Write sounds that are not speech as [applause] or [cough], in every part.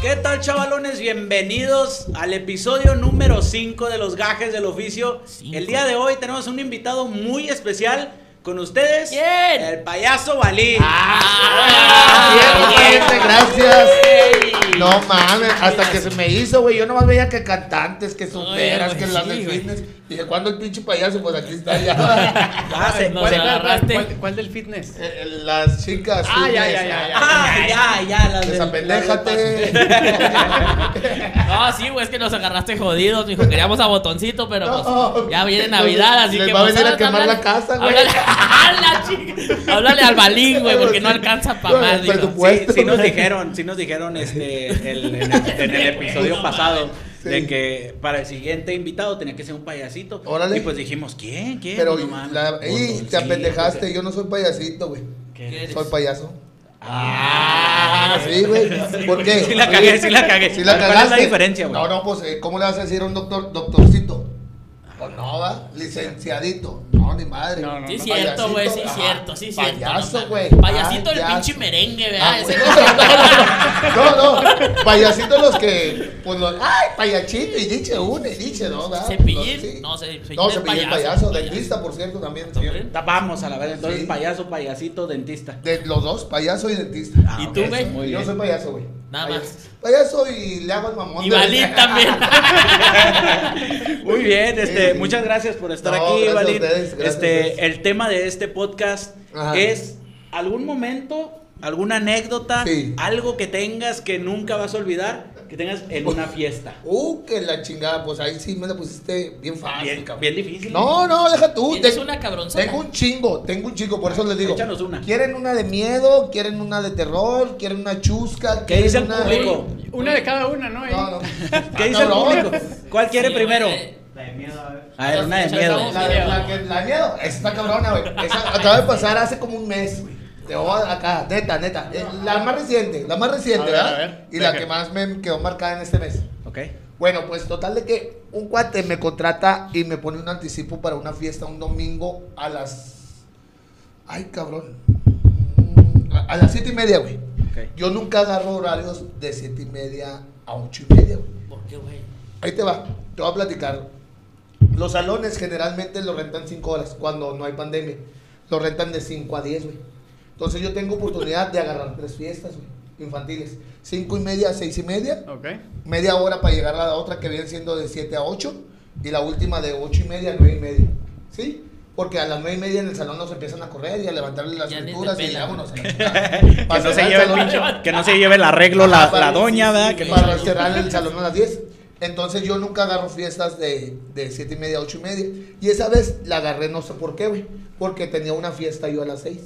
¿Qué tal chavalones? Bienvenidos al episodio número 5 de los gajes del oficio. Cinco. El día de hoy tenemos un invitado muy especial con ustedes. ¿Quién? Ah, El payaso Balín. Bien, bien. gente, gracias. No mames, hasta que se me hizo, güey. Yo nomás veía que cantantes, que superas, Ay, que güey, las sí, del güey. fitness. Dije, ¿cuándo el pinche payaso? Pues aquí [laughs] está ya. Ya se Nos fue. agarraste. Pues, del fitness? Eh, eh, las chicas. Ah, ya, fitness, ya, ya, ya. Ah, ya, ya. las del- [laughs] Desapendéjate. No, sí, güey, es que nos agarraste jodidos, mijo. Queríamos a botoncito, pero No. pues, ya viene Navidad, así Les que. va a pues, venir a háblale- quemar la casa, güey. Háblale, [laughs] ¡Hala, chica! Háblale al balín, güey, porque no alcanza para Con el más, digo. presupuesto. Sí, sí nos dijeron, sí nos dijeron este, el- en, el, en el episodio pasado Sí. de que para el siguiente invitado tenía que ser un payasito. Órale. Y pues dijimos, ¿quién? ¿Quién? Pero, No mames. la- ey, te Botoncito, apendejaste. Yo no soy payasito, güey. ¿Qué eres? Soy payaso. Ah, Ah, sí, güey. ¿Por qué? Sí la cagué, sí la cagué. Sí la ¿Cuál es la cagaste. diferencia, güey? No, no, pues, eh, ¿cómo le vas a decir a un doctor, doctorcito? Pues no, va, licenciadito. No, ni madre. No, no, Sí, no, cierto, güey, sí, Payasito, cierto, sí, cierto. Payaso, no, güey. Payasito el Payaso. pinche merengue, Ah, ¿verdad? Ese güey. güey. [laughs] No, no, payasito los que, pues los, ay, payachito, y dice uno, y dice dos, ¿verdad? Cepillín, Sí. no, ce- Cepillín no, es cepillín es payaso, payaso, payaso. dentista, por cierto, también, También. Ta- Vamos a la vez, entonces Sí. payaso, payasito, dentista. De los dos, payaso y dentista. Ah, ¿Y ok, tú, güey? muy yo bien. soy payaso, güey. Nada Payaso. más. Payaso y le hago el mamón. Y de- balín [laughs] también. Muy bien, este, Sí. muchas gracias por estar No, aquí, gracias a Valín. ustedes, gracias a este, ustedes. el tema de este podcast Ajá. es algún momento, alguna anécdota, Sí. algo que tengas que nunca vas a olvidar, que tengas en una fiesta. Uh, que la chingada, pues ahí sí me la pusiste bien fácil, Bien, Ah, cabrón. bien difícil. No, no, deja tú. Tienes te- una cabronzona. Tengo un chingo, tengo un chingo, por eso les digo. Échanos una. ¿Quieren una de miedo? ¿Quieren una de terror? ¿Quieren una chusca? ¿Qué dice el ¿Quieren una- público? Una de cada una, ¿no? No, no. [laughs] ¿Qué Ah, dice el cabrón. público? ¿Cuál quiere Sí, primero? güey. A ver, una de Ya miedo. estamos. La, de- la que- la de miedo, esa está cabrona, güey. Esa acaba de pasar hace como un mes, güey. Te voy a- acá, neta, neta. Eh, La más reciente, la más reciente, A ver, ¿verdad? a ver. y la Deja. que más me quedó marcada en este mes. Ok. Bueno, pues total de que un cuate me contrata y me pone un anticipo para una fiesta un domingo a las. Ay, cabrón. Mm, A a las siete y media, güey. Ok. Yo nunca agarro horarios de siete y media a ocho y media, güey. ¿Por qué, güey? Ahí te va, te voy a platicar. Los salones generalmente los rentan 5 horas cuando no hay pandemia. Los rentan de 5 a 10, güey. Entonces yo tengo oportunidad de agarrar tres fiestas, güey, infantiles. 5 y media a 6 y media, Ok. media hora para llegar a la otra que viene siendo de 7 a 8 y la última de 8 y media a 9 y media. ¿Sí? Porque a las 9 y media en el salón nos empiezan a correr y a levantarle las Ya ni te cinturas y pelan. [laughs] vámonos. [laughs] Que no, se lleve lleven el pinche- que no se lleve el arreglo la, Ajá, la sí, doña, sí, ¿verdad? sí, Que no- para cerrar el salón a las 10. Entonces yo nunca agarro fiestas de, de 7 y media a 8 y media. Y esa vez la agarré, no sé por qué, güey. Porque tenía una fiesta yo a las 6.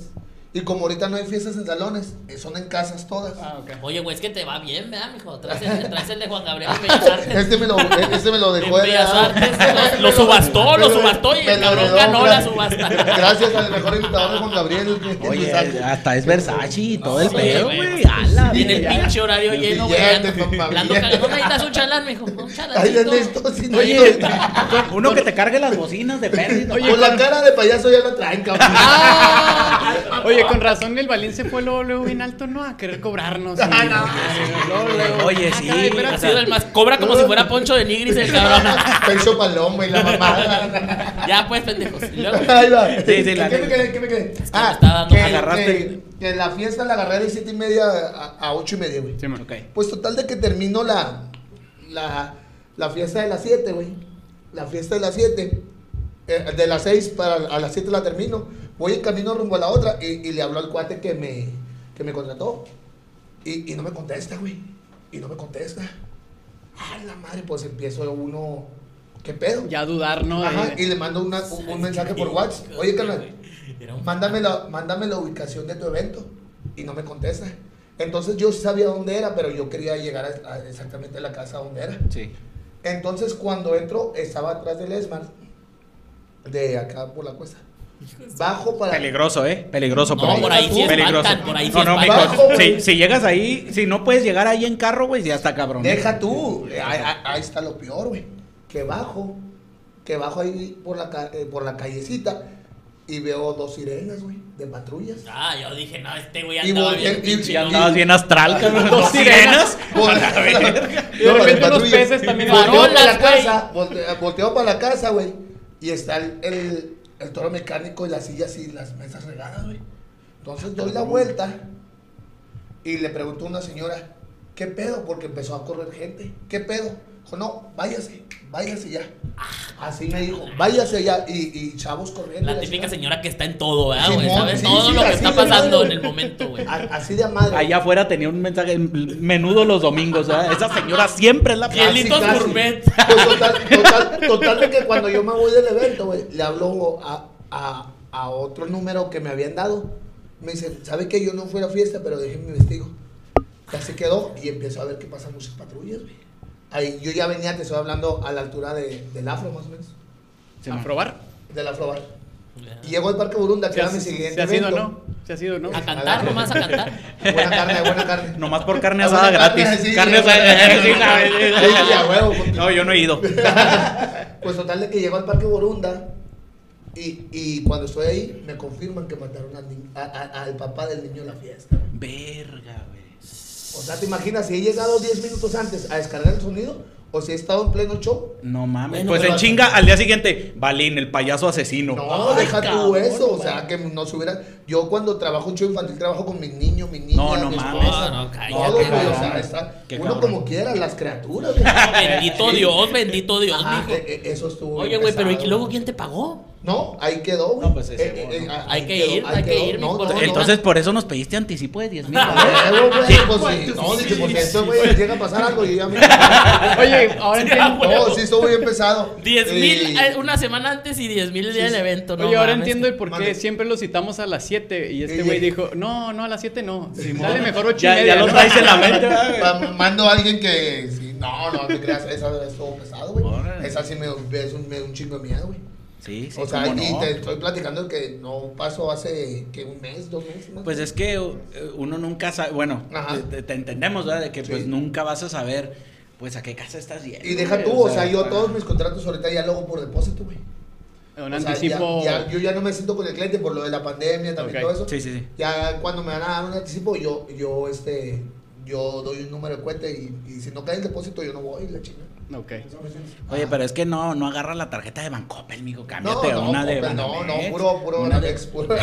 Y como ahorita no hay fiestas en salones, eh, son en casas todas. Ah, ok. Oye, güey, es que te va bien, ¿verdad, mijo? Traes [laughs] el, traes el de Juan Gabriel en Bellas Artes. Este me lo, este me lo dejó En de Bellas lado. [laughs] Artes, lo- lo subastó, lo subastó y el Me lo cabrón heredó, ganó la gracias- subasta. Gracias al mejor invitador de Juan Gabriel. que- Oye, que- hasta es Versace y todo el Sí, pedo, güey. güey. Ala, Tiene el ya. pinche horario Los lleno, güey. billetes, papá, Hablando billetes. caliente. ¿No necesitas un chalán, mijo? Un Ahí en chaláncito. esto, si no Oye, estoy- uno que te cargue las bocinas de pérdida. Oye, con la con- cara de payaso ya la traen, cabrón. Ah. [laughs] Oye, con razón el Balín se fue luego, luego bien alto, ¿no? A querer cobrarnos. Ah, y- no. Luego, luego. Oye, Ah, sí, caray, espérate. Ha sido el más. Cobra como si fuera Poncho de Nigris el cabrón. Pecho palomo [laughs] y la mamada. Ya, pues, pendejos. Y luego, Ahí va. Sí, sí, la- ¿Qué me quedé? ¿Qué me quedé? me está dando- que, Agarraste. Que, que la fiesta la agarré de 7 y media a, a 8 y media, güey. Sí, man. Ok. Pues total de que termino la, la, la fiesta de las 7, güey. La fiesta de las 7. eh, de las 6 para a las 7 la termino. Voy en camino rumbo a la otra y, y le hablo al cuate que me, que me contrató. Y, y no me contesta, güey. Y no me contesta. Ay, la madre, pues empiezo uno. ¿Qué pedo? Ya dudar, ¿no? De- Ajá, y le mando una- un, un mensaje por WhatsApp. Oye, carnal, Era un- mándame la, mándame la ubicación de tu evento. Y no me contesta. Entonces yo sí sabía dónde era, pero yo quería llegar a- a exactamente a la casa donde era. Sí. Entonces cuando entro, estaba atrás del Esmar, de acá por la cuesta. Bajo para... Peligroso, ¿eh? Peligroso por No, ahí. por ahí sí Peligroso. espantan, por ahí sí no, no, espantan. mijo, Bajo, si, güey. si llegas ahí, si no puedes llegar ahí en carro, güey, ya está cabrón. Deja tú. eh, Ahí, ahí- ahí está lo peor, güey. Que bajo que bajo ahí por la, ca- eh, por la callecita y veo dos sirenas, güey, de patrullas. Ah, yo dije, no, este güey Y andaba volteé- bien y- pinche. y- Ya andabas bien astral, cabrón. Dos sirenas. De repente unos peces también. Volteo para la Farolas, güey. casa, volte- volteo para la casa, güey. Y está el, el, el toro mecánico y las sillas y las mesas regadas, güey. Entonces doy la vuelta y le pregunto a una señora, ¿qué pedo? Porque empezó a correr gente. ¿Qué pedo? Dijo, no, váyase, váyase ya. Así me dijo, váyase ya. Y, y chavos corriendo. La y típica chingada. señora que está en todo, ¿verdad, güey? Simón, ¿Sabes? sí, todo sí, lo que así está de pasando madre. en el momento, güey. A- Así de madre. Allá afuera tenía un mensaje menudo los domingos, ¿verdad? Esa señora siempre es la Y el primera. Casi, Litos Gourmet. Pues, total, total, total de que cuando yo me voy del evento, güey, le hablo a, a- a otro número que me habían dado. Me dice, ¿sabe que yo no fui a la fiesta, pero dejé mi vestido? Ya se quedó y empiezo a ver que pasan muchas patrullas, güey. Ahí yo ya venía, te estoy hablando, a la altura de, del afro, más o menos. A probar. Del afrobar. Y llego al Parque Burunda, que Se ha, era mi se siguiente ha sido, evento. ¿no? Se ha sido, ¿no? A cantar, nomás a cantar. Buena carne, buena carne. Nomás por carne Ah, asada buena carne, gratis. sí, carne sí, asada. sí, sí, la- Sí, sí, a huevo, porque- No, yo no he [laughs] ido. Pues total de que llego al Parque Borunda y, y cuando estoy ahí me confirman que mataron al, ni- a- a- al papá del niño en la fiesta. Verga, güey. O sea, te imaginas, si he llegado 10 minutos antes a descargar el sonido o si he estado en pleno show. No mames. Bueno, pues pero- en chinga, al día siguiente, Balín, el payaso asesino. No, Ay, deja tú cabrón, eso. O man. sea, que no se hubiera. Yo cuando trabajo en show infantil trabajo con mis niños, mis niñas. No, no mi mames. esposa, No, no, cállate, todo, güey, o sea, cabrón. está- Qué uno cabrón. como quiera, las criaturas. [laughs] [laughs] güey. Bendito Sí. Dios, bendito Dios, Ajá, mijo. eh, eh, eso estuvo. Oye, bien güey, pero ¿y pesado. luego quién te pagó? No, ahí quedó, güey. No, pues, ese, bueno. ah, Hay ahí que quedó, ir, ahí hay que quedó. ir, No, mijo, no, no. Entonces, por eso nos pediste anticipo de [laughs] 10 mil. A huevo, güey, pues, güey, sí, tú no, sí, dije, pues sí, esto, güey, llega a pasar algo y ya me... [laughs] Oye, ah, ahora Sí, entiendo. a huevo. No, sí, estuvo bien pesado. 10 mil eh, Y- una semana antes y 10 mil el día Sí, del sí. evento, ¿no? Oye, ahora mames. entiendo el por Mande. qué siempre lo citamos a las 7 y este Y- güey dijo, no, no, a las 7 no. Dale mejor 8 y Ya, media. ya lo ¿no? traes en la mente, ¿verdad, [laughs] güey? pa- Mando a alguien que... sí, no, no, te creas, esa vez estuvo pesado, güey. Órale. Esa sí me, es un, me da un chingo de miedo, güey. Sí, sí, o sea, cómo y no. te estoy platicando que no pasó hace, que un mes, dos meses. ¿no? Pues es que eh, uno nunca sabe, bueno, Ajá. te- te, te entendemos, ¿verdad? De que pues Sí. nunca vas a saber, pues a qué casa estás yendo. Y deja güey, tú, o sea, yo para- todos mis contratos ahorita ya lo hago por depósito, güey. [laughs] Un O sea, anticipo. ya- ya- yo ya no me siento con el cliente por lo de la pandemia, también Ok. todo eso. Sí, sí, sí. Ya cuando me van a dar un anticipo, yo, yo, este, yo doy un número de cuenta y, y si no cae el depósito, yo no voy, la chingada. Ok. Oye, Ajá. pero es que no, no agarra la tarjeta de Bancopel, mijo, No, cámbiate no, una de compa, no, no, Banamex, puro, puro una de- [laughs] Banamex, puro.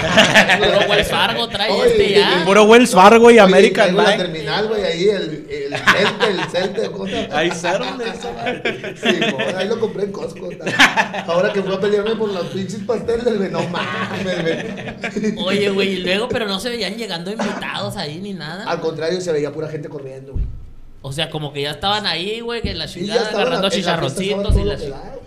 Puro Wells Fargo trae este ya. Puro Wells Fargo y Oye, American traigo la Bank. terminal, güey, ahí el, el Celte, el Celte, cosa. Ahí cerdo de esa madre. Sí, güey, ahí lo compré en Costco. tal. Ahora que fue a pelearme por los pinches pasteles, güey, no mames, güey. [laughs] Oye, güey, y luego, pero no se veían llegando invitados ahí ni nada. Al contrario, se veía pura gente corriendo, güey. O sea, como que ya estaban ahí, güey, que en la Sí, ya ciudad estaba agarrando la- en la fiesta estaba chicharroncitos y todo la lo que chi- da, güey.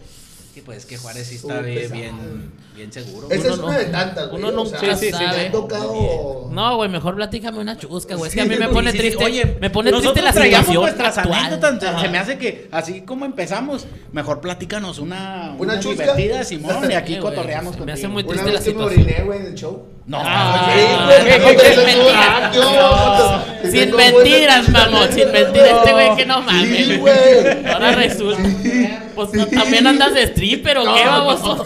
Sí, pues que Juárez sí Uy, está bien, pesado. bien, bien seguro. Esa Uno es no- una de tantas, güey. uno o sea, nunca sí, sí, sabe. Me han tocado. No, güey, mejor platícame una chusca, güey. Es que a mí Sí, me güey, pone Sí, sí, sí. triste. Oye, me pone nosotros triste la traíamos situación nuestras actual. anécdotas. Se me hace que así como empezamos, mejor platícanos una, Una chusca. divertida, Simón, y aquí Sí, güey, cotorreamos se me contigo. hace muy Una triste vez la que me situación. oriné, güey, en el show. No, Ah, oye, no, güey, no, no te sin des un mentiras. Ah, rato. Te Sin tengo buena- mentiras, mamón, sin mentiras. Este güey que no mames. Sí, güey. Ahora resulta. Pues no, también andas de stripper o qué, baboso.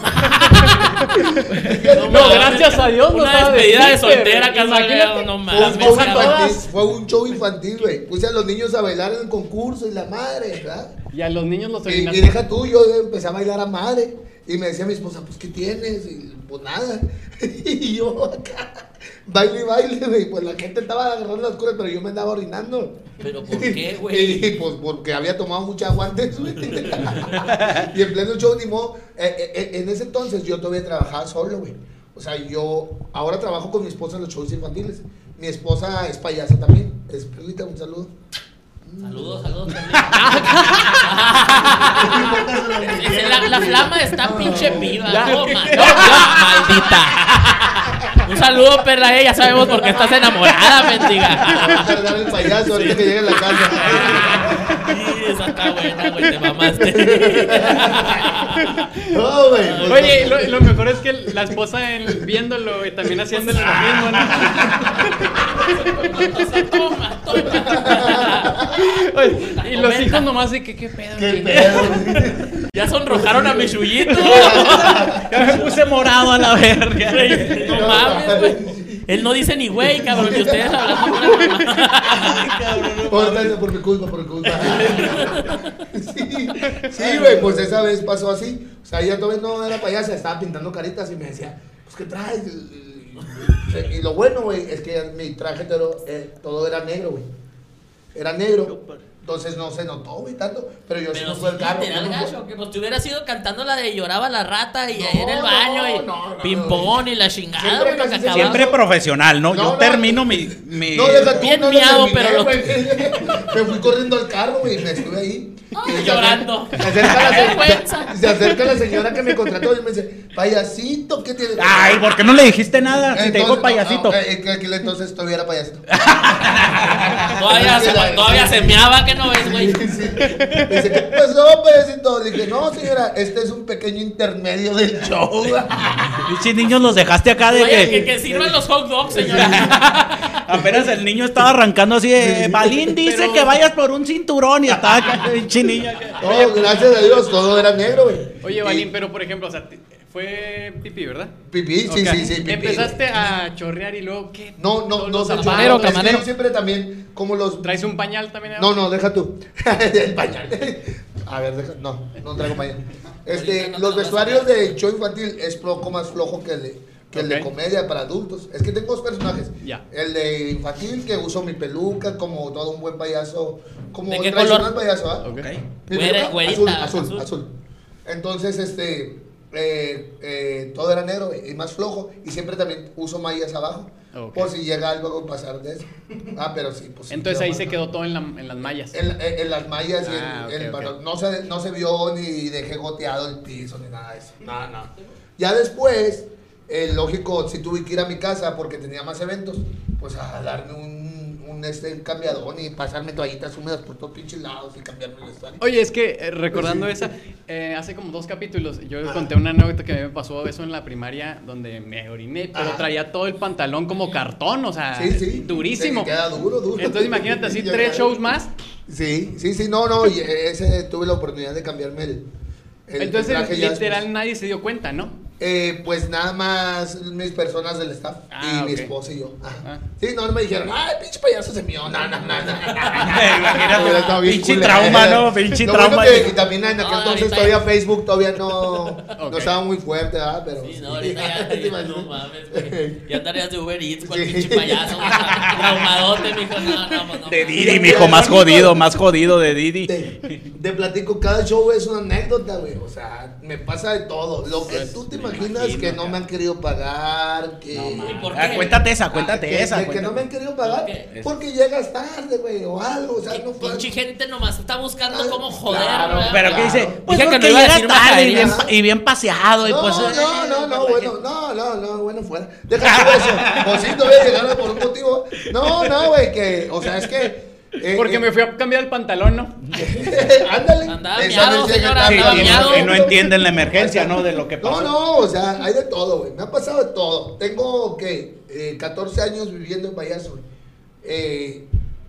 No, gracias a Dios no Una estaba de despedida de stripper. soltera, Imagínate. casa No Fue un, mames. show cabrón. infantil, fue un show infantil, güey. Puse a los niños a bailar en el concurso y la madre, ¿verdad? Y a los niños los Y, orinaron. y deja tú, yo empecé a bailar a madre. Y me decía mi esposa, pues, ¿qué tienes? Y pues nada. [laughs] Y yo acá, baile y baile, güey. Pues la gente estaba agarrando las curas, pero yo me andaba orinando. Pero ¿por qué, [laughs] Y güey? pues porque había tomado mucha agua antes, [laughs] güey. y en pleno show, ni modo. Eh, eh, eh, en ese entonces yo todavía trabajaba solo, güey. O sea, yo ahora trabajo con mi esposa en los shows infantiles. Mi esposa es payasa también. Es Perlita, [laughs] un saludo. Saludos, saludos. Ese- La, la flama está pinche viva. No, ma- no, no, maldita. Un saludo, perla. eh, Ya sabemos por qué estás enamorada, [laughs] Voy a mendiga. cargar el payaso ahorita que llegue a la casa. Sí, esa está buena, güey. Te [laughs] mamaste. No, güey. pues, Oye, no. lo, lo mejor es que la esposa en- viéndolo y también haciéndole [laughs] lo mismo, ¿no? O sea, toma, toma. Oye, y los Comenta. hijos nomás de que qué pedo. Qué güey? pedo. Ya sonrojaron a mi chullito. Ya me puse morado a la verga. No mames, güey. Él no dice ni güey, cabrón. Y ustedes hablando pura mamada. [laughs] Córtale por mi culpa, por mi culpa. Sí, sí, güey, pues esa vez pasó así. O sea, ella todavía no era payasa, estaba pintando caritas y me decía, pues ¿qué traes? Y- Y lo bueno, güey, es que mi traje todo, eh, todo era negro, güey. Era negro. Entonces no se notó, güey, tanto. Pero yo sí Pero no si fue el carro. literal, yo no fue- gacho, que pues te hubieras ido cantando la de lloraba la rata y No, ahí en el baño y no, no, no, pimpón y la chingada, Siempre güey, lo que casi se- acababa. Siempre profesional, ¿no? No, Yo no. termino mi. mi- No, deja tú, Bien no lo miado, terminé, pero lo- güey. [laughs] Me fui corriendo al carro, güey, y me estuve ahí. Ay, Y se llorando. acer- Se acerca, la Qué se- vergüenza. [laughs] se acerca la señora que me contrató y me dice, payasito, ¿qué tienes? Ay, [laughs] ¿por qué no le dijiste nada? Si te Entonces, digo no, payasito. no, eh, que- que entonces todavía era payasito. Todavía se, todavía se meaba que no ves, güey. Sí, sí. Me dice, ¿qué pasó, payasito? Le dije, no, señora, este es un pequeño intermedio del show. [laughs] Pinches niños los dejaste acá de Oye, que, que. que sirvan los hot dogs, señora. Apenas el niño estaba arrancando así de. Balín dice Pero- que vayas por un cinturón y estaba [laughs] acá, pinche niño. No, gracias a Dios, todo era negro, güey. Oye, Y- Balín, pero por ejemplo, o sea, te- fue pipí, ¿verdad? Pipí, sí, Ok. sí, sí, pipí. Empezaste a chorrear y luego, ¿qué? No, no, no. se chupaba. Camarero, Es que camarero. yo siempre también, como los ¿Traes un pañal también? No, no, deja tú. [laughs] el pañal. A ver, deja. No, no traigo pañal. Este, Ahorita no te los lo vas a vestuarios de show infantil es poco más flojo que el de, que el de Ok. comedia para adultos. Es que tengo dos personajes. Ya. El de infantil, que uso mi peluca como todo un buen payaso. Como ¿De un qué tradicional color? payaso, ¿ah? Ok. Mi Güera- peluca, güerita, azul, azul, azul. azul, Entonces, este. eh, eh, todo era negro güey, y más flojo. Y siempre también uso mallas abajo. Ok. Por si llega algo a pasar de eso. Ah, pero sí, pues. sí, Entonces quedó ahí mal, se ¿no? quedó todo en, la- en las mallas. En, en- en las mallas y en- Ah, ok, en el ok. pantalón. No se, no se vio ni dejé goteado el piso ni nada de eso. Nada, nada. Ya después, eh, lógico, si tuve que ir a mi casa porque tenía más eventos, pues a darme un, un este cambiadón y pasarme toallitas húmedas por todos pinches lados y cambiarme el vestuario. Oye, es que eh, recordando esa, eh, hace como dos capítulos yo Ah. conté una anécdota que me pasó eso en la primaria donde me oriné, pero Ajá. traía todo el pantalón como cartón, o sea, Ah. Sí, sí. ah, durísimo. Se te queda duro, duro. Entonces imagínate [laughs] así Y tres acá- shows más. Sí, sí, sí, no, no, y ese tuve la oportunidad de cambiarme el, el Entonces traje ya después. literal nadie se dio cuenta, ¿no? Eh, pues nada más mis personas del staff y Ah, mi ok. esposa y yo. Ajá. Ah. Sí, no, no me dijeron, ay, pinche payaso se mío. No, no, no, no. Imagínate, Pero está bien pinche culero. trauma, ¿no? Pinche Lo trauma. Bueno que, y también en No, aquel ahorita entonces ya. todavía Facebook todavía no, no Ok. estaba muy fuerte, ¿verdad? Pero, Sí, no, ahorita [laughs] ya ¿Te te no imaginas? mames, güey. Ya andarías de Uber Eats, cual Sí. pinche payaso. güey. Traumadote, mijo. No, no, pues, no. De mames. Didi, mijo, más jodido, más jodido de Didi. Te, te platico, cada show es una anécdota, güey. O sea, me pasa de todo. Lo que Pues, tú te me imaginas imagino, que no cabrón. me han querido pagar, que... ¿Y por Ah, qué? cuéntate esa, cuéntate que, esa. que- que cuéntate. no me han querido pagar Ok. porque llegas tarde, güey, o algo, o sea, no fue- Pinche gente nomás está buscando cómo joder, Claro, ¿verdad? Pero Claro. que dice, pues Dije que porque no iba a llegas decir tarde y majaderías. bien, pa- y bien paseado y No, pues... no, no, no, bueno, no, no, no, bueno, fuera. Deja tú eso. [laughs] Pues sí, no voy a llegar por un motivo. No, no, güey, que, o sea, es que. eh, Porque eh, me fui a cambiar el pantalón, ¿no? [laughs] Ándale. Andaba Esa miado, vez llegué señora, Sí, tarde. andaba y miado. no, y no entienden la emergencia, ¿no? De lo que No, pasó. no, o sea, hay de todo, güey. Me ha pasado de todo. Tengo, ¿qué? Eh, 14 años viviendo en payaso, güey. Eh,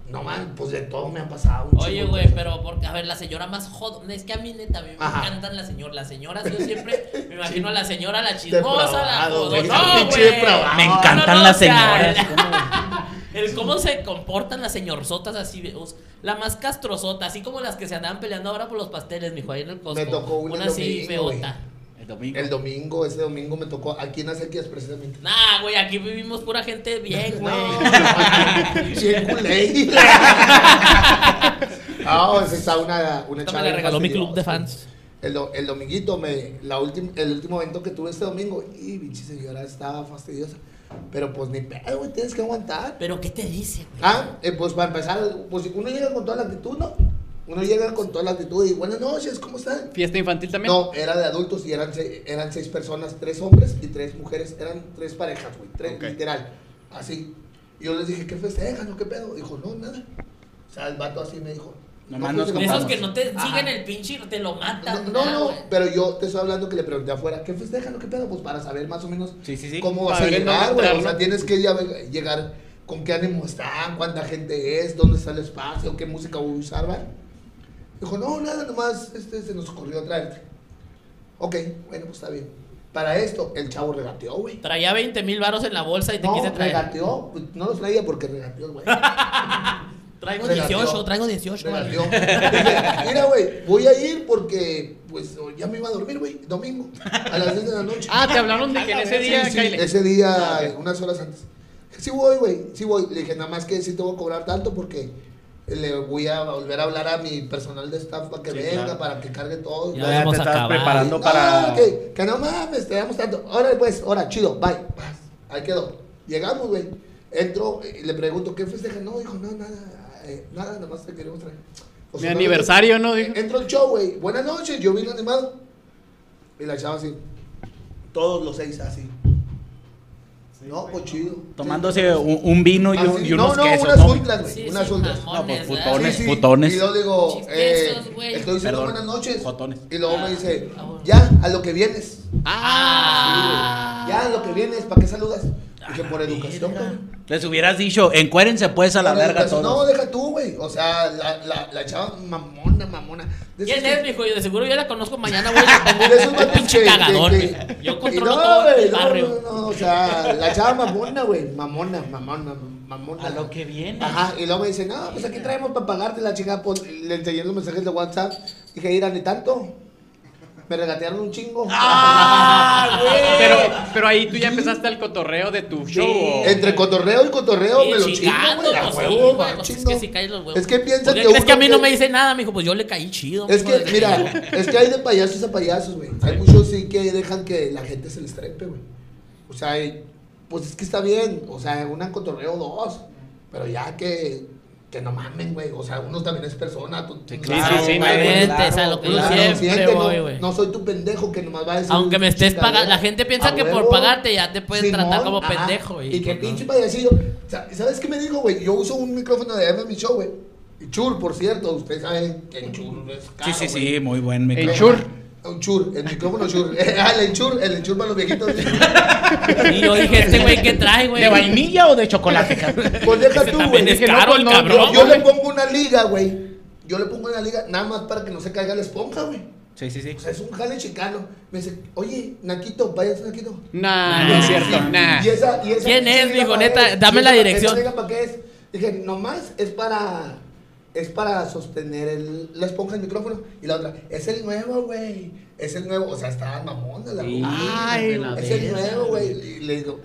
no, man, pues de todo me ha pasado. un Oye, chingo. güey, pero porque, a ver, la señora más jod... Es que a mí neta, a mí me Ajá. encantan las señoras. Las señoras, yo siempre me imagino a la señora, la chismosa, la Depravado, güey. jodona, Pinche güey. depravado. Me No, encantan no, no, las o sea, señoras. [laughs] El cómo se comportan las señorzotas así, ve, o sea, la más castrosota, así como las que se andaban peleando ahora por los pasteles, mijo, ahí en el Costco. Me tocó una el así domingo, güey. feota. El domingo. El domingo, ese domingo me tocó aquí en Acequias precisamente. Nah, güey, aquí vivimos pura gente bien, güey. [laughs] Bien [laughs] culé. Ah, esa está una, una Esta chava me la bien regaló mi fastidiosa. club de fans. El, do- el dominguito, me, la ultim- el último evento que tuve este domingo, y pinche señora estaba fastidiosa. Pero pues ni pedo, güey, tienes que aguantar. Pero, ¿qué te dice, güey? Ah, eh, pues para empezar, pues uno llega con toda la actitud, ¿no? Uno llega con toda la actitud y buenas noches, ¿cómo están? Fiesta infantil también. No, era de adultos y eran, se- eran seis personas, tres hombres y tres mujeres, eran tres parejas, güey, tres, Ok. literal, así. Y yo les dije, ¿qué festejan o qué pedo? Dijo, no, nada. O sea, el vato así me dijo. Nomás nos De festejamos". esos Vamos. que no te Ajá. siguen el pinche, te lo No, matan. no, nah, no, güey. pero yo te estoy hablando que le pregunté afuera, ¿qué festejan o qué pedo? Pues para saber más o menos Sí, sí, sí. cómo vas a Para ver en dónde llegar, güey. entrar, O sea, ¿no? tienes que ya- llegar con qué ánimo están, cuánta gente es, dónde está el espacio, qué música voy a usar, ¿va? Dijo, no, nada, nomás este, se nos ocurrió traerte. Ok, bueno, pues está bien. Para esto, el chavo regateó, güey. Traía 20 mil varos en la bolsa y te quise No, traer. regateó, pues, no los traía porque regateó, [laughs] güey. Traigo Regateó. 18, traigo 18. vale. Regateó. Dije, Mira, güey, voy a ir porque, pues, ya me iba a dormir, güey, domingo, a las 10 de la noche. Ah, te hablaron de que en [laughs] ese Sí, día, sí, Kyle. Ah, ese día, unas horas antes. Dije, Sí voy, güey, sí voy. Le dije, nada más que sí te voy a cobrar tanto porque le voy a volver a hablar a mi personal de staff para que venga, claro. para que cargue todo. Ya Ya te vamos a estás acabar. preparando Ah, para. que, que no mames, te damos tanto. Ahora, pues, ahora, chido, bye. Paz. Ahí quedó. Llegamos, güey. Entro eh, y le pregunto, ¿qué festeja? No, dijo, no, nada, eh, nada, nada más te queremos traer. Pues, O Mi sea, aniversario, ¿no? Dijo. Entro al show, güey. Buenas noches, yo vine animado. Y la chava así. Todos los seis así. no, pues chido. Tomándose un, un vino y, un, Así, y unos Ah, no, no, quesos. unas ¿no? ultras, güey. Sí, unas sí, ultras. mamones, No, pues, ¿verdad? putones. Sí, sí. putones. Y luego digo, eh, Chistesos, güey. estoy diciendo Perdón, buenas noches. jotones. Y luego me dice, Ah, bueno. ya, a lo que vienes. Ah. Ya, a lo que vienes, ¿para qué saludas? Dije, por Ah, educación, verga. cabrón. Les hubieras dicho, encuérense pues a la Por verga educación. No, todos. deja tú, güey. O sea, la, la, la chava mamona, mamona. De ¿Quién esas es, que- mijo? Yo de seguro yo la conozco mañana, [laughs] güey. le pongo de esos un vatos Este pinche que- que- cagadón. que- mijo. Yo Y controlo no, todo güey, el no, barrio. no, no, o sea, la chava mamona, güey. Mamona, mamona, mamona. A lo que vienes. Ajá, y luego me dice, no, pues aquí traemos para pagarte la chica. Pues, le enseñé los mensajes de WhatsApp. Dije, irán ni tanto. Me regatearon un chingo. ¡Ah, güey! Pero, pero ahí tú ya empezaste el cotorreo de tu show. ¿o? Entre cotorreo y cotorreo me lo Sí, chingo, chingando, güey. a pues, sí, huevo, güey, me lo pues, Es chingo. que si caes los huevos. Es que piensa ¿Por qué que crees uno que a mí no que- me dice nada, mijo? Pues yo le caí chido. Es mijo, que, desde mira, niño. es que hay de payasos a payasos, güey. Hay muchos sí que dejan que la gente se les trepe, güey. O sea, y- pues es que está bien. O sea, una cotorreo dos. Pero ya que, que no mamen, güey. O sea, uno también es persona. Tú, tú- claro, Ah, sí, sí, obviamente, o sea, lo que uno yo claro. también siempre siente, voy, no- güey. no, soy tu pendejo que nomás va a decir. Aunque me estés chingadera. pagando, la gente piensa A que por huevo. pagarte ya te pueden tratar como ajá. pendejo, y Y, que pues, pinche no. payasillo. Sa- ¿Sabes qué me dijo, güey? Yo uso un micrófono de M en mi show, güey. Y Chur, por cierto, ustedes saben que el Chur es caro, Sí, sí, güey. sí, muy buen El micrófono. chur. Un chur, el micrófono chur. [laughs] Ah, el enchur, el enchur para los viejitos. [laughs] Y yo dije, este güey, ¿qué trae, güey? ¿De vainilla o de [laughs] chocolate? Pues deja Ese tú, también güey. es caro, el no, cabrón. Yo, yo güey. le pongo una liga, güey. Yo le pongo una liga nada más para que no se caiga la esponja, güey. sí, sí, sí. O sea, es un jale chicano. Me dice, oye, Naquito, váyase, Naquito. Nah, Ah, no es cierto. Nah. Y esa, y esa ¿Quién es, liga mijo? para Neta, él. dame Y la esa- dirección. esa liga para qué es? Dije, nomás es para. Es para sostener el- la esponja del micrófono. Y la otra, es el nuevo, güey. Es el nuevo. O sea, estaba mamón de la Sí. ruca. Ay, Ah, Es el nuevo, güey. Y le digo,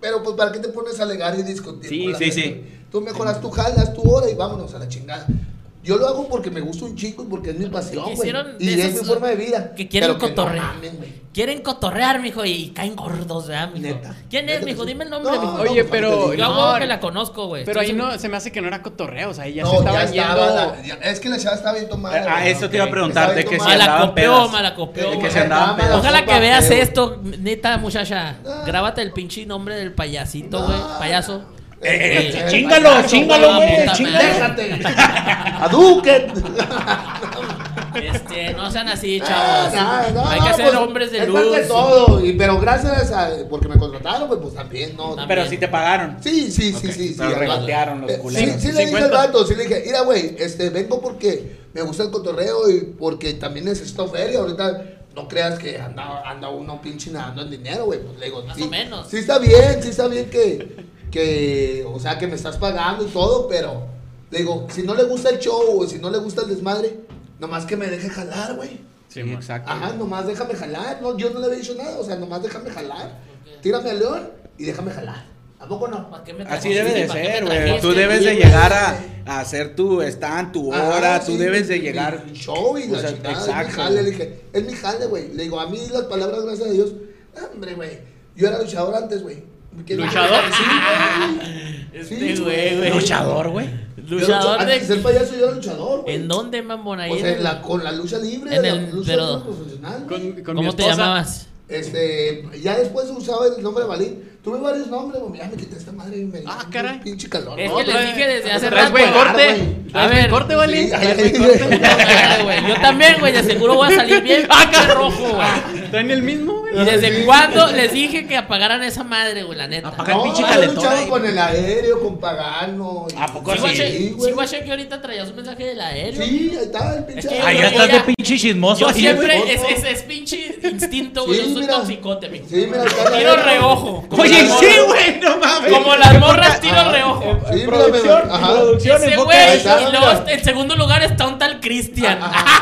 pero pues, ¿para qué te pones a alegar y discutir? Sí, con la sí, gente? sí. Tú mejoras tu jalas tu hora y vámonos a la chingada. Yo lo hago porque me gusta un chico y porque es mi pasión, güey. Quisieron Y de es mi esos forma de vida. que quieren Pero no cotorreo. mamen, güey. Quieren cotorrear, mijo, y caen gordos, ¿verdad, mijo? Neta. ¿Quién Neta es, que mijo? sí. Dime el nombre, No, mijo. no, Oye, pues, ahorita pero- te Yo digo. a no, huevo que la conozco, güey. Pero ahí Estoy no, se me hace que no era cotorreo. O sea, ahí ya No, se ya estaban estaba yendo. la- ya- es que la chava está bien tomada. A güey. eso te iba a ok. preguntar, de que si Estaba tomando. andaban Malacopeó, pedas. malacopeó, De que güey. se andaban Estaba pedas. malacopeó. Ojalá que sopa, veas pero- esto, neta muchacha. No. Grábate el pinche nombre del payasito, No. güey. Payaso. Eh, eh, Sí. chíngalo, Payaso, chíngalo, la güey, puta chíngalo. madre. Déjate. Aduque. Este, no sean así, Ah, chavos. no, no, Hay que no, ser pues, hombres de es parte luz. de todo, y- pero gracias a porque me contrataron, pues, pues también, no. También. Pero si te pagaron. Sí, sí, sí, Ok, sí, sí. pero al rato. regatearon los Eh, culeros. Sí, sí le dije 50. al vato, sí le dije, mira, güey, este, vengo porque me gusta el cotorreo y porque también necesito feria. Ahorita no creas que anda, anda uno pinche nadando en dinero, güey. Pues le digo, Más sí, o menos. Sí está bien, sí está bien que, que, o sea, que me estás pagando y todo, pero le digo, si no le gusta el show o si no le gusta el desmadre, nomás que me deje jalar, güey. Sí, Sí, exacto. Ajá, nomás déjame jalar. No, yo no le había dicho nada, o sea, nomás déjame jalar. Tírame al león y déjame jalar. ¿A poco no? ¿Para qué me Así trajiste? debe de ¿Para qué me este ser, güey. trajiste? Tú debes de güey. llegar a, a hacer tu stand, tu Ajá, hora. tú sí, debes de mi- llegar. mi show y O la sea, chingada, es exacto. mi jale, le dije, es mi jale, güey. Le digo, a mí las palabras, gracias a Dios, hombre, güey. Yo era luchador antes, güey. ¿Qué- ¿Luchador? Sí, güey. [laughs] Este Sí, güey, güey. Luchador, güey. Yo Luchador lucha- Antes de ser de. payaso, yo era luchador, güey. ¿En dónde, mamón? Ahí. Pues en- en la, con la lucha libre, En la el- lucha pero- libre profesional. güey. Con, con mi ¿Cómo te esposa, llamabas? [laughs] Este, ya después usaba el nombre de Balín. Tuve varios nombres, güey. Ya me quité esta madre y me Ah, dio un caray. pinche calor. Es No, que les trae- dije desde hace rato. traes buen Ah, corte. güey. A A ver. ver, corte, vale. Sí, ay, ay, [laughs] Dale, güey. Yo también, güey, de seguro voy a salir bien. ¡Ah, rojo, güey! Traen el mismo, güey. ¿Y [laughs] desde cuándo les dije que apagaran esa madre, güey? La neta. Apaga- No, pinche yo he calentón luchado ahí. con el aéreo, con Pagano. y- ¿A poco Sí, así? guache, Sí, sí, güey. guache, que ahorita traías un mensaje del aéreo. Sí, ahí está el pinche. Es que- aéreo. Ahí yo estás ya- de pinche chismoso. Yo ahí, siempre, güey. es, es, es pinche instinto, güey. Sí, yo soy mira. toxicote, mijo. Sí, mira, está el Tiro aéreo. Ah, reojo. Como Oye, las sí, morras- güey, no mames. Como las morras, tiro reojo. Sí, mira, producción, mira, ajá. producción, Ese enfoca güey, ahí está, y mira. luego en segundo lugar está un tal Cristian. Ah,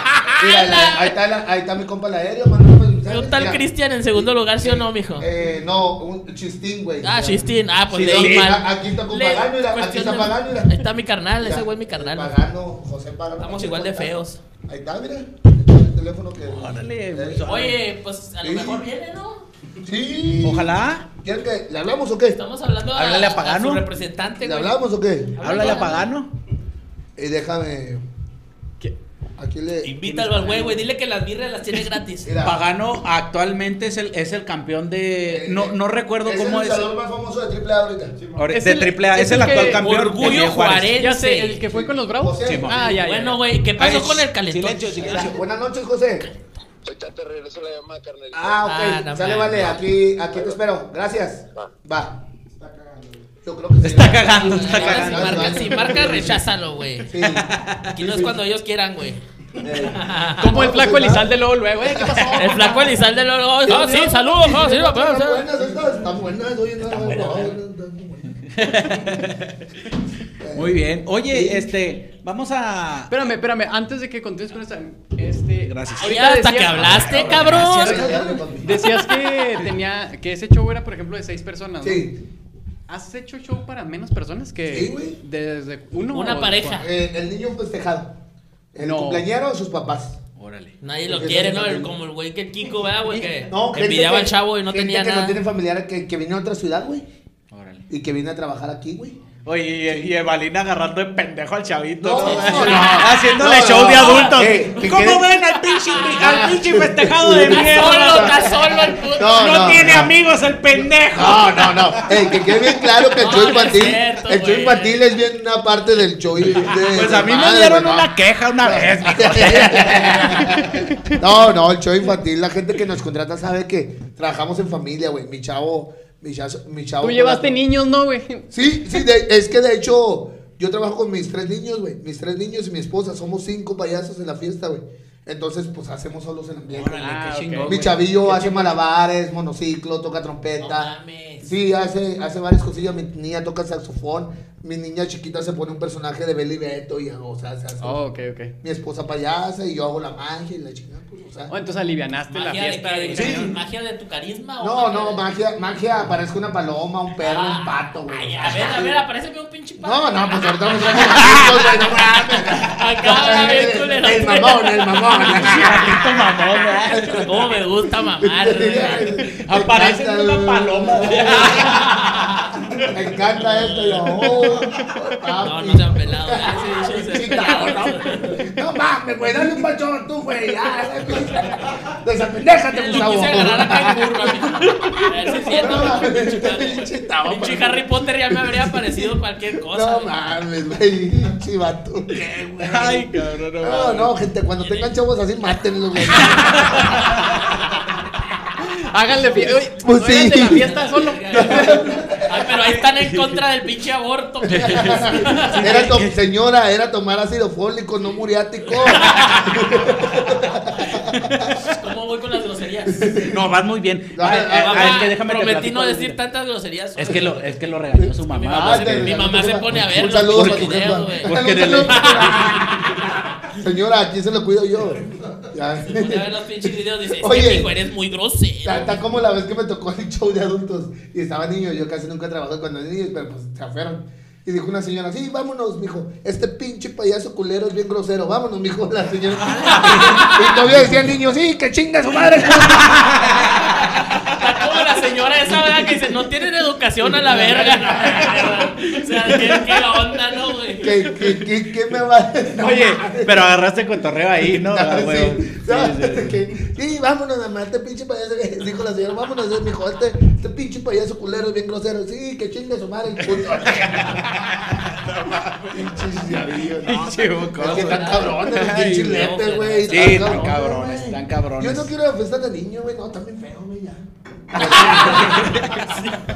Mira, la- ahí, está la- ahí está mi compa el aéreo, mano. pues, Hay Un tal Mira, Cristian en segundo lugar, ¿sí o no, mijo? Eh, no, un chistín, güey. Ah, Chistín. Ah, pues Sí, leí sí, mal. a- aquí está con Le- Pagano, mira, aquí cuestión está de- Pagano, mira. Ahí está mi carnal, ese Mira, güey es mi carnal. Pagano, José Pagano. Estamos igual de feos. Ahí está, mira. Ahí está El teléfono que. Órale, Eh, muy suave. Oye, pues a lo Sí. mejor viene, ¿no? Sí. Ojalá. ¿Quieren que le hablamos o qué? Estamos hablando a, Háblale a su Pagano. representante, ¿Le güey. hablamos o qué? Háblale a Pagano. Y déjame. ¿Qué? Aquí le. Invítalo al güey, güey. Dile que las birras las tiene [laughs] gratis. Mira. Pagano actualmente es el, es el campeón de. No, no recuerdo eh, es cómo el es. luchador más famoso de AAA ahorita. Ahora, Es de el- triple A. es Es el el actual que- campeón. Orgullo Daniel Juárez. Juárez. Ya sé, el que fue con los bravos. José. mo. Ah, ya, ya. Bueno, güey, ¿qué pasó Ay, con el Silencio, calentón? silencio. Buenas noches, José. Ahorita te regreso la llamada, carnal. Ah, Ah, ok. no Sale, mames. vale. Aquí, aquí te espero. Gracias. Va. Va. Yo creo que sí. Está cagando, está Ah, Ahora, Si cagando. marca, si marca, recházalo, güey. Sí. Aquí no es cuando ellos quieran, güey. Eh, Como el pues, flaco Elizalde luego, luego, eh, ¿qué pasó? El flaco Elizalde lo. ¡Ah, sí! ¡Saludos! ¡Ah, sí! lo- Están ah, buenas estas, están buenas, oye, no, no, no, no, no. Muy bien. Sí. Oye, este. Vamos a. Espérame, espérame, antes de que continúes con esta. Este. Gracias. sí. Ya hasta que hablaste, cabrón. Gracias, cabrón. Decías que tenía. que ese show era, por ejemplo, de seis personas. ¿no? Sí, ¿Has hecho show para menos personas que. Sí, güey. Desde uno Una o- pareja. eh, el niño festejado. El No. cumpleañero de sus papás. Órale. Nadie lo quiere, ¿no? El- Como el güey que el Kiko, ¿verdad, güey? Que No, gente envidiaba que- al chavo y no gente tenía que no tiene nada. familiar que, que vino a otra ciudad, güey. Órale. Y que viene a trabajar aquí, güey. Oye, y, y Evalina agarrando de pendejo al chavito. No, ¿no? no, Sí. no. Haciéndole No, show no. de adultos. Eh, Ah. que ¿Cómo quede- ven al pinche, al pinche festejado de Está solo, [laughs] mierda? está solo el puto. No, No, tiene no. amigos el pendejo. No, no, no. Ey, que quede bien claro que el No, show no es infantil, cierto, el show güey. infantil es bien una parte del show. de- Pues de a mí me madre, dieron güey, una ¿no? queja una vez. mijo. [laughs] No, no, el show infantil, la gente que nos contrata sabe que trabajamos en familia, güey. Mi chavo, mi chavo, mi chavo. Tú llevaste con la- niños, ¿no, güey? Sí, sí, de- es que de hecho yo trabajo con mis tres niños, güey. Mis tres niños y mi esposa, somos cinco payasos en la fiesta, güey. Entonces, pues hacemos solos el ambiente. Órale, Ah, qué ok. chingón. Mi Mi güey. chavillo hace malabares, monociclo, toca trompeta. No mames. sí, hace, hace varias cosillas. Mi niña toca saxofón. Mi niña chiquita se pone un personaje de Beli Beto y hago, o sea, se hace- Oh, ok, ok. Mi esposa payasa y yo hago la magia y la chingada, pues, o sea. Oh, entonces alivianaste la Magia de, fiesta. que- de- Sí. magia de tu carisma. o No, no, de- magia, magia, parezco una paloma, un perro, eh. Ah, un pato, güey. ay, A ver, a ver, aparece un pinche pato. No, no, pues ahorita vamos [laughs] a hacer güey, no Acá, bien mames. culero. El mamón, [laughs] el mamón. Chavito mamón, ¿verdad? ¿Cómo me gusta [laughs] mamar? güey. Aparece Me una encanta, paloma. güey. Me encanta esto, yo. oh, papi. No, no sean pelados. ya, ese bicho se- Chingado, no. No mames, güey, dale un pachón tú, güey. ya. Desapendéjate, Lo Gustavo. quise agarrar acá en curva, pinche. A ver si es cierto, [laughs] güey, pinche pato. Pinche tabo, Pinche pero- Harry Potter ya me habría parecido cualquier cosa. No güey. mames, güey. Chivato. Ay, cabrón, no. No, no, gente, cuando tengan chavos así, mátenlos, [laughs] güey. Háganle fiesta. Pues no sí. eran de la [laughs] fiesta solo. Ay, pero ahí están en contra del pinche aborto. güey. Era to- señora, era tomar ácido fólico, no [laughs] muriático. Ah, ¿Cómo voy con las groserías? No, vas muy bien. No, Ay, no, ay, no, ay, Mamá, es que déjame te prometí platico no algo. decir tantas groserías. Es que lo, es que lo regañó su Mi Ah, mamá. mamá, vas a se, ver. mi mamá se pone a verlo. Un saludo por para tu video, jefa. güey. Porque Un en el- [laughs] saludo para tu- Señora, aquí se lo cuido yo. Ya. Pone a ver Pues los pinches videos dice, es Oye. que hijo eres muy Está, grosero. está como la vez que me tocó el show de adultos y estaba niño, yo casi nunca trabajé cuando era niño, pero pues se aferran. Y dijo una señora, sí, vámonos, mijo, este pinche payaso culero es bien grosero, vámonos, mijo, la [laughs] señora. y todavía decía el niño, sí, que [laughs] chinga su madre. Está como la señora esa, ¿verdad? Que dice, no tienen vacación a la verga. [laughs] No, o sea, ¿qué, qué onda, no, güey? ¿Qué, qué, qué, qué me va a decir? [laughs] [laughs] Oye, pero agarraste cotorreo ahí, ¿no? Ah, huevo. sí, [laughs] ¿sabes? Que- sí, vámonos a este pinche payaso. [laughs] Dijo la señora, vámonos, eh, mijo, este, este pinche payaso culero es bien grosero. Sí, que chingue su madre [laughs] el [laughs] puto. Pinches llavillos, no. Pinche bucoso. Es que están cabrones, los Ay, pinches no, letes, güey. güey. Sí, están cabrones, güey. están cabrones. Yo no quiero fiestas de niño, güey. No, también feo, güey, ya. Cada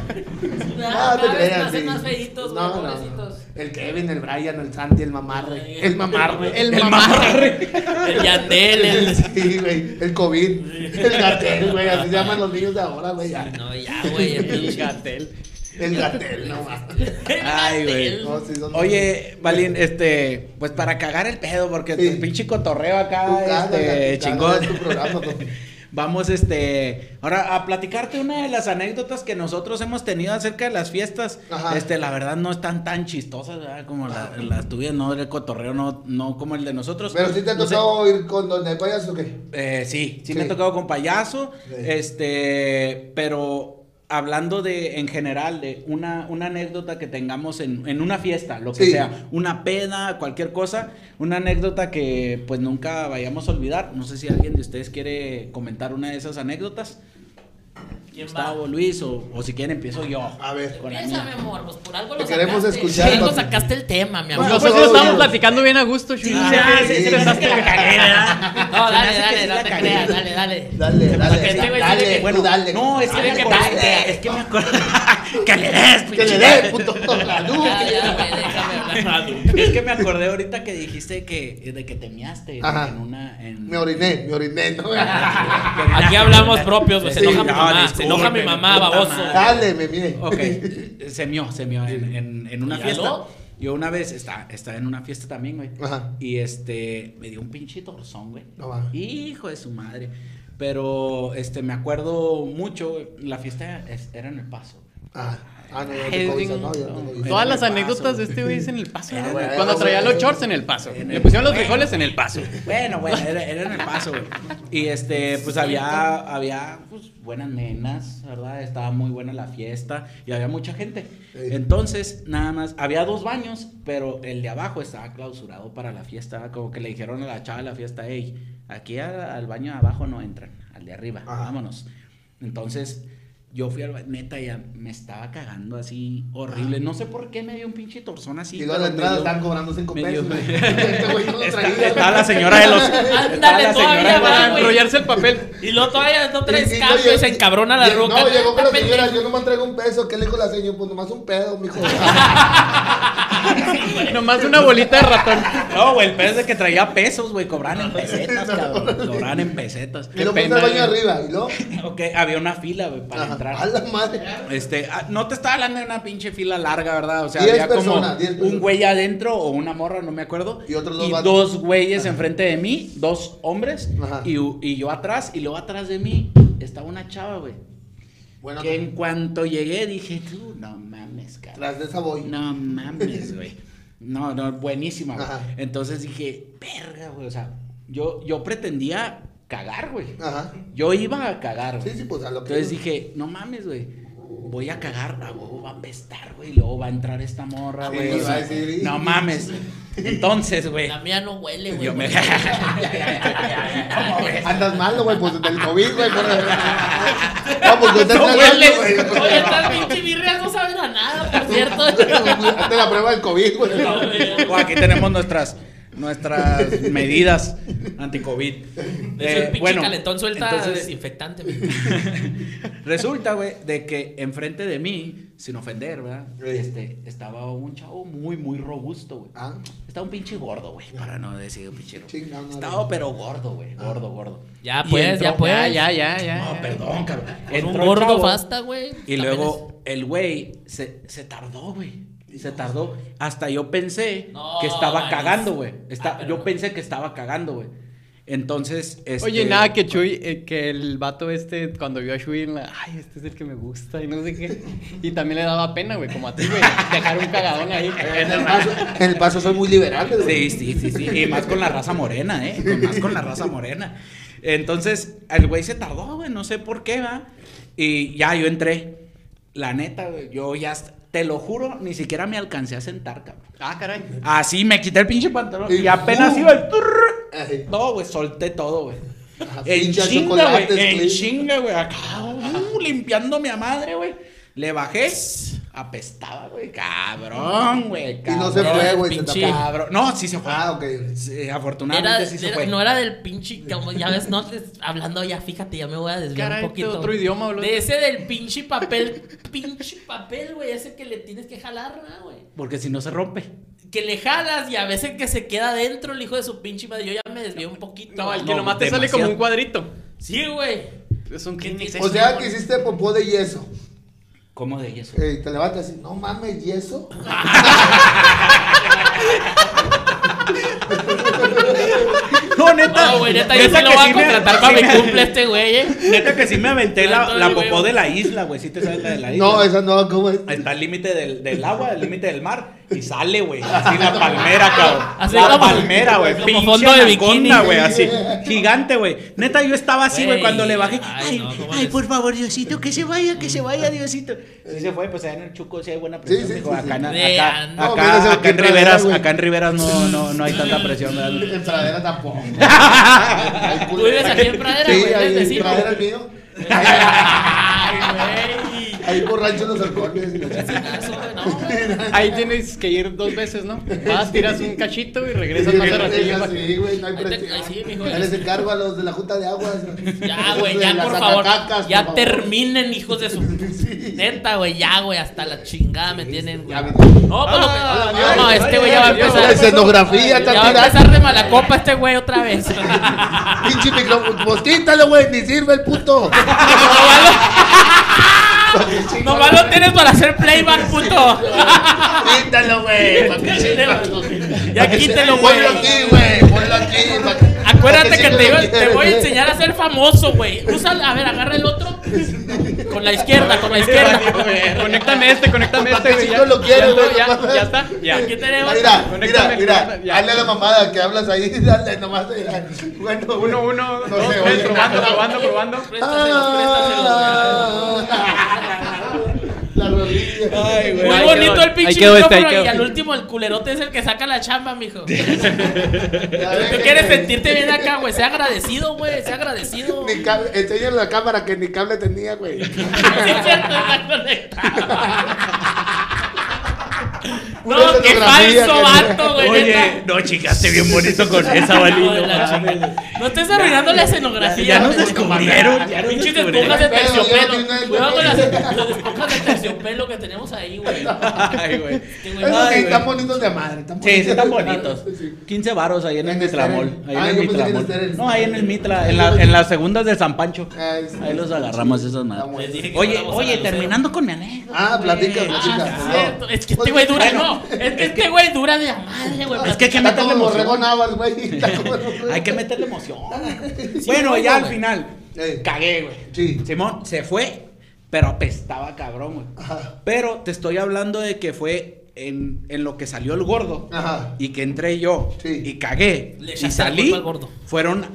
Ah, te vez creas, nacen sí. más feitos, No, güey, no, no. pobrecitos. El Kevin, el Brian, el Sandy, el mamarre. El mamarre. El mamarre. El yandel. El... [laughs] Sí, güey. El COVID. El gatel, güey. Así se llaman los niños de ahora, güey. ya. No, ya, güey. el El pinche- gatel. El gatel, no más. Ay, güey. No, sí, son- Oye, Valín, este, pues para cagar el pedo, porque Sí. tu pinche cotorreo acá, Tú cágala, este, tú chingón. cágala, es tu programa, papi. [laughs] Vamos, este, ahora a platicarte una de las anécdotas que nosotros hemos tenido acerca de las fiestas. Ajá. Este, la verdad no están tan chistosas ¿verdad? como la- las tuyas, no, el cotorreo no, no como el de nosotros. Pero si te ha No sé. tocado ir con donde vayas o qué. Eh, sí, sí, me Sí. ha tocado con payaso. Sí. Este, pero hablando de, en general, de una, una anécdota que tengamos en, en una fiesta, lo que Sí. sea, una peda, cualquier cosa, una anécdota que pues nunca vayamos a olvidar. No sé si alguien de ustedes quiere comentar una de esas anécdotas. ¿Quién va? Gustavo, Luis, o, o si quieren empiezo yo. A ver. con la Piensa, mía. mi amor, pues por algo Te lo queremos sacaste. escuchar. Algo sacaste el tema, mi amor. Bueno, No, pues, [laughs] pues lo oye. estamos platicando bien a gusto, chulo. Ah, sí, sí, sí, sí, sí, sí, sí, la cagué, ¿verdad? [laughs] No, Se me hace dale, dale, que sí no la te cagué. creas, dale, dale. Dale, que dale. este güey dale, tiene que- tú Bueno, dale. no, es que, Dale, me tú acordé, [laughs] dale. es que me acuerdo. que le des, Que le pinche dé, puto. la luz. Ya, ya, güey, déjame hablar. Es que me acordé ahorita que dijiste que de que te measte Ajá. en una en- Me oriné, me [laughs] oriné. ¿no? Aquí hablamos propios, güey. Se Sí, enoja mi no, mamá. Se discúlpeme, enoja mi mamá, puta baboso. madre. Dale, me miré. Ok, [laughs] eh, se mió, se mió en, en- en una ¿Y fiesta. aló? Yo una vez estaba, estaba en una fiesta también, güey. Ajá. Y este me dio un pinche torzón, güey. No va. Hijo de su madre. Pero este me acuerdo mucho, güey, la fiesta es- era en El Paso. güey. Ah, ah, no, no, te Es cobiza, bien- no, yo no te cobizo. Todas las En el paso. anécdotas de este güey es en el paso. Ah, güey, Cuando güey, traía güey. los shorts en el paso. Le pusieron los frijoles en el paso. Bueno, bueno, era, era en el paso, güey. Y este, pues había, había pues, buenas nenas, ¿verdad? Estaba muy buena la fiesta y había mucha gente. Ey. Entonces, nada más, había dos baños, pero el de abajo estaba clausurado para la fiesta. Como que le dijeron a la chava de la fiesta, hey, aquí a- al baño de abajo no entran, al de arriba, Ajá. vámonos. Entonces, yo fui al baño, neta, ya me estaba cagando así horrible. No sé por qué me dio un pinche torzón así. Y luego pero la me entrada dio- están cobrando 5 me dio- pesos. güey. [laughs] Este güey no lo traía. Está la señora de [laughs] los. está la todavía, de los- va, Para güey. enrollarse el papel. Y luego todavía no Y- tres y no cambios, llegó- se encabrona la llegó- roca. No, llegó con la Está señora, pendejo. yo nomás traigo un peso. ¿Qué le dijo la señora? Pues nomás un [laughs] pedo, mijo. Nomás una bolita de ratón. No, güey, el pedo es de que traía pesos, güey. Cobran en pesetas, cabrón. [laughs] Cobran en pesetas. Y lo Qué puse al pena, baño güey. arriba. Y luego. Ok, había una fila, güey, eh. para Ajá, entrar. A la madre. Este, ah, no te estaba hablando de una pinche fila larga, ¿verdad? O sea, Diez había como personas, diez personas. un güey adentro o una morra, no me acuerdo. Y otros dos vatos. dos güeyes enfrente de mí, dos hombres, Ajá. y, y yo atrás, y luego atrás de mí estaba una chava, güey. Bueno, que en cuanto llegué dije, tú, no mames, cabrón. tras de esa voy. No mames, güey. No, no, buenísima, güey. Ajá. Entonces dije, verga, güey. O sea, yo, yo pretendía cagar, güey. Ajá. Yo iba a cagar, güey. Ah. Sí, sí, pues a lo que. Entonces dije, no mames, güey. Voy a cagar, la huevo va a apestar, güey. y Luego va a entrar esta morra, Sí, güey. o va sea, a decir, "Y- no mames. Entonces, güey. [laughs] La mía no huele, güey. [laughs] Yo me. ¿Cómo ves? Andas malo, güey, pues del COVID, [laughs] güey. por- No, pues yo te No hueles. Oye, estas pinche birrias no saben a nada, por cierto. [laughs] Hazte la prueba del COVID, güey. Bueno, aquí tenemos nuestras nuestras medidas Eh, anti covid. Es un pinche calentón suelta desinfectante, mi. resulta, güey, de que enfrente de mí, sin ofender, ¿verdad? Sí. Este, estaba un chavo muy muy robusto, güey. Ah, Estaba un pinche gordo, güey, para no decir un pinche. Chinga madre. Estaba pero gordo, güey, Ah. gordo, gordo. Ya Y pues, entró- ya pues. Ya, ya, ya, ya. No, perdón, cabrón. Pues un Entró el gordo chavo. basta, güey. Y También luego el güey se, se tardó, güey. Se tardó. Hasta yo pensé No, que estaba mames. cagando, güey. Está- Ah, pero yo no. pensé que estaba cagando, güey. Entonces, este... Oye, nada, que Chuy, eh, que el vato este, cuando vio a Chuy, en la, ay, este es el que me gusta y no sé qué. Y también le daba pena, güey, como a ti, güey, dejar un cagadón [laughs] ahí. En el paso, en el paso soy muy liberal, güey. Sí, sí, sí, sí. Y más con la raza morena, ¿eh? Con- más con la raza morena. Entonces, el güey se tardó, güey. No sé por qué, va. Y ya yo entré. La neta, güey, yo ya, hasta- te lo juro, ni siquiera me alcancé a sentar, cabrón. Ah, caray. Así me quité el pinche pantalón Y y apenas ¡pum! iba el turr. Ay, No, güey, solté todo, güey. ajá, En pinche chinga, güey. chocolates, En güey. chinga, güey. Acá, uh, limpiándome a madre, güey. Le bajé. Apestaba, güey. Cabrón, güey. Y no se cabrón. fue, güey. se pinche- tapó. Cabrón. No, sí se fue. Ah, ok. Sí, eh, afortunadamente Era, sí se era- fue. no era del pinche, como ya ves, no, es- hablando ya, fíjate, ya me voy a desviar Caray, un poquito. este otro idioma, boludo. De ese del pinche papel, pinche papel, güey, ese que le tienes que jalar, ¿no, güey. Porque si no se rompe. Que le jalas y a veces que se queda adentro el hijo de su pinche madre. Yo ya me desvié un poquito. No, el que No, nomás te sale como demasiado. un cuadrito. Sí, güey. Es un ¿Qué Kleenex. tiene? O sea que hiciste popó de yeso. ¿Cómo de eso? Eh, te levantas y no mames, yeso. No, neta. [laughs] No, güey, neta, yo sí lo voy a contratar para mi cumple este güey, eh. [laughs] Neta que sí me aventé la, Tanto la el popó huevo. de la isla, güey. Sí te sabes la de la isla. No, esa no, ¿cómo es? Está al límite del, del agua, al límite del mar. Y sale, güey. Así la palmera, cabrón. Así la como- palmera, güey. como Pinche fondo de anaconda, bikini. güey. Así. Gigante, güey. Neta, yo estaba así, güey, Güey, cuando le bajé. ay, Ay, no, ay, ¿cómo les- por favor, Diosito, que se vaya, que se vaya, Diosito. Sí se fue, pues allá en el Chuco sí hay buena presión. sí, dijo, sí, acá, sí. na- acá, Vea, no, acá- mira ese acá en que trae, Riveras, güey. acá en Riveras no, no, no hay tanta presión, ¿verdad? [laughs] En pradera tampoco. ¿Tú vives aquí en Pradera, Sí, güey? ¿Eres ahí en vecino? pradera el mío. Ay, güey. Ahí borracho en los alcoholes. y la chingada. Eso, güey, no, güey. Ahí tienes que ir dos veces, ¿no? Vas, tiras un cachito y regresas Sí, más es ratillo. para- así, güey, no hay Ahí te- presión. ahí sí, mijo. Ya les encargo a los de la Junta de Aguas. Ya, güey, De ya, las por favor. atacacas, Ya por favor. terminen, hijos de su. [laughs] Sí. Neta, güey, ya, güey, hasta la chingada me tienen, güey. Ya, Ah, No, vete. pues lo que. No, no, este güey ya va a La empezar. escenografía Ya está va a empezar tirada. de mala copa este güey otra vez. [laughs] Pinche micrófono. Pues quítalo, güey, ni sirve el puto. Nomás lo tienes para hacer playback, puto. Quítalo, güey. pa' que sirva. Ya quítelo, güey. Ponlo aquí, güey. Ponlo aquí. pa' que- Acuérdate pa' que te, sirva. iba- te voy a enseñar a ser famoso, güey. Usa, a ver, agarra el otro. Con la izquierda, con la izquierda. Conéctame este, conéctame Papá, este, que güey. si ya- no lo quieres, ya, güey, ya, no pasa ya está, ya. Aquí tenemos. Mira, mira, Conéctame, mira, conéctame, ya. hazle a la mamada que hablas ahí, [laughs] dale nomás. mira. Bueno, güey. Uno, uno, No dos, sé, tres, oye. [laughs] probando, probando, probando. Préstaselo, préstaselo, güey. Ah. La rodilla. Ay, güey. Muy Ahí bonito quedó, el pinche ahí quedó este, ahí micrófono quedó. y al último el culerote es el que saca la chamba, [laughs] mijo. Si Ya ves tú que- quieres sentirte bien acá, güey, sea agradecido, güey, sea [laughs] agradecido. Ni cable, enséñale la cámara que ni cable tenía, güey. Sí, es cierto, está [laughs] conectado. Una No, qué fotografía falso que- vato, güey. Oye, neta. no, chicaste bien bonito con esa, Vali. Hijo de la chingada. No estés arruinando la escenografía. Ah, Ya nos güey. descubrieron. ya nos Pinches descubrieron. esponjas de Pero ya no tiene terciopelo. el Cuidado con las güey. las esponjas de terciopelo que tenemos [laughs] ahí, güey. Ay, güey. Este güey, Eso sí, güey. están bonitos de madre. Están Sí, sí, de están madre. bonitos. [laughs] Sí. 15 varos ahí en el En Estéril. Mitramol. Ahí en Ah, el yo pensé que en Mitramol. Estéril. No, ahí en el Mitra, en, la- en las segundas de San Pancho. Ah, es- Ahí los agarramos esas Está madres. bueno. les dije que Oye, fuéramos a oye, la Lucero. terminando con mi anécdota. Ah, platica, Ah, platica. sí, no. cierto. Es que este Pues, güey dura, bueno, no. Es que este güey dura de a madre, güey. Es que hay que Está meterle como borrego emoción. Navas, [laughs] güey. Está como borrego. Hay que meterle [laughs] emoción. [laughs] Bueno, no, ya al güey. final. Ey, Cagué, güey. Sí. Simón se fue, pero apestaba cabrón, güey. Ajá. Pero te estoy hablando de que fue en, en lo que salió el gordo Ajá. y que entré yo Ah. Sí. y cagué Le y echaste la salí. culpa al gordo. Fueron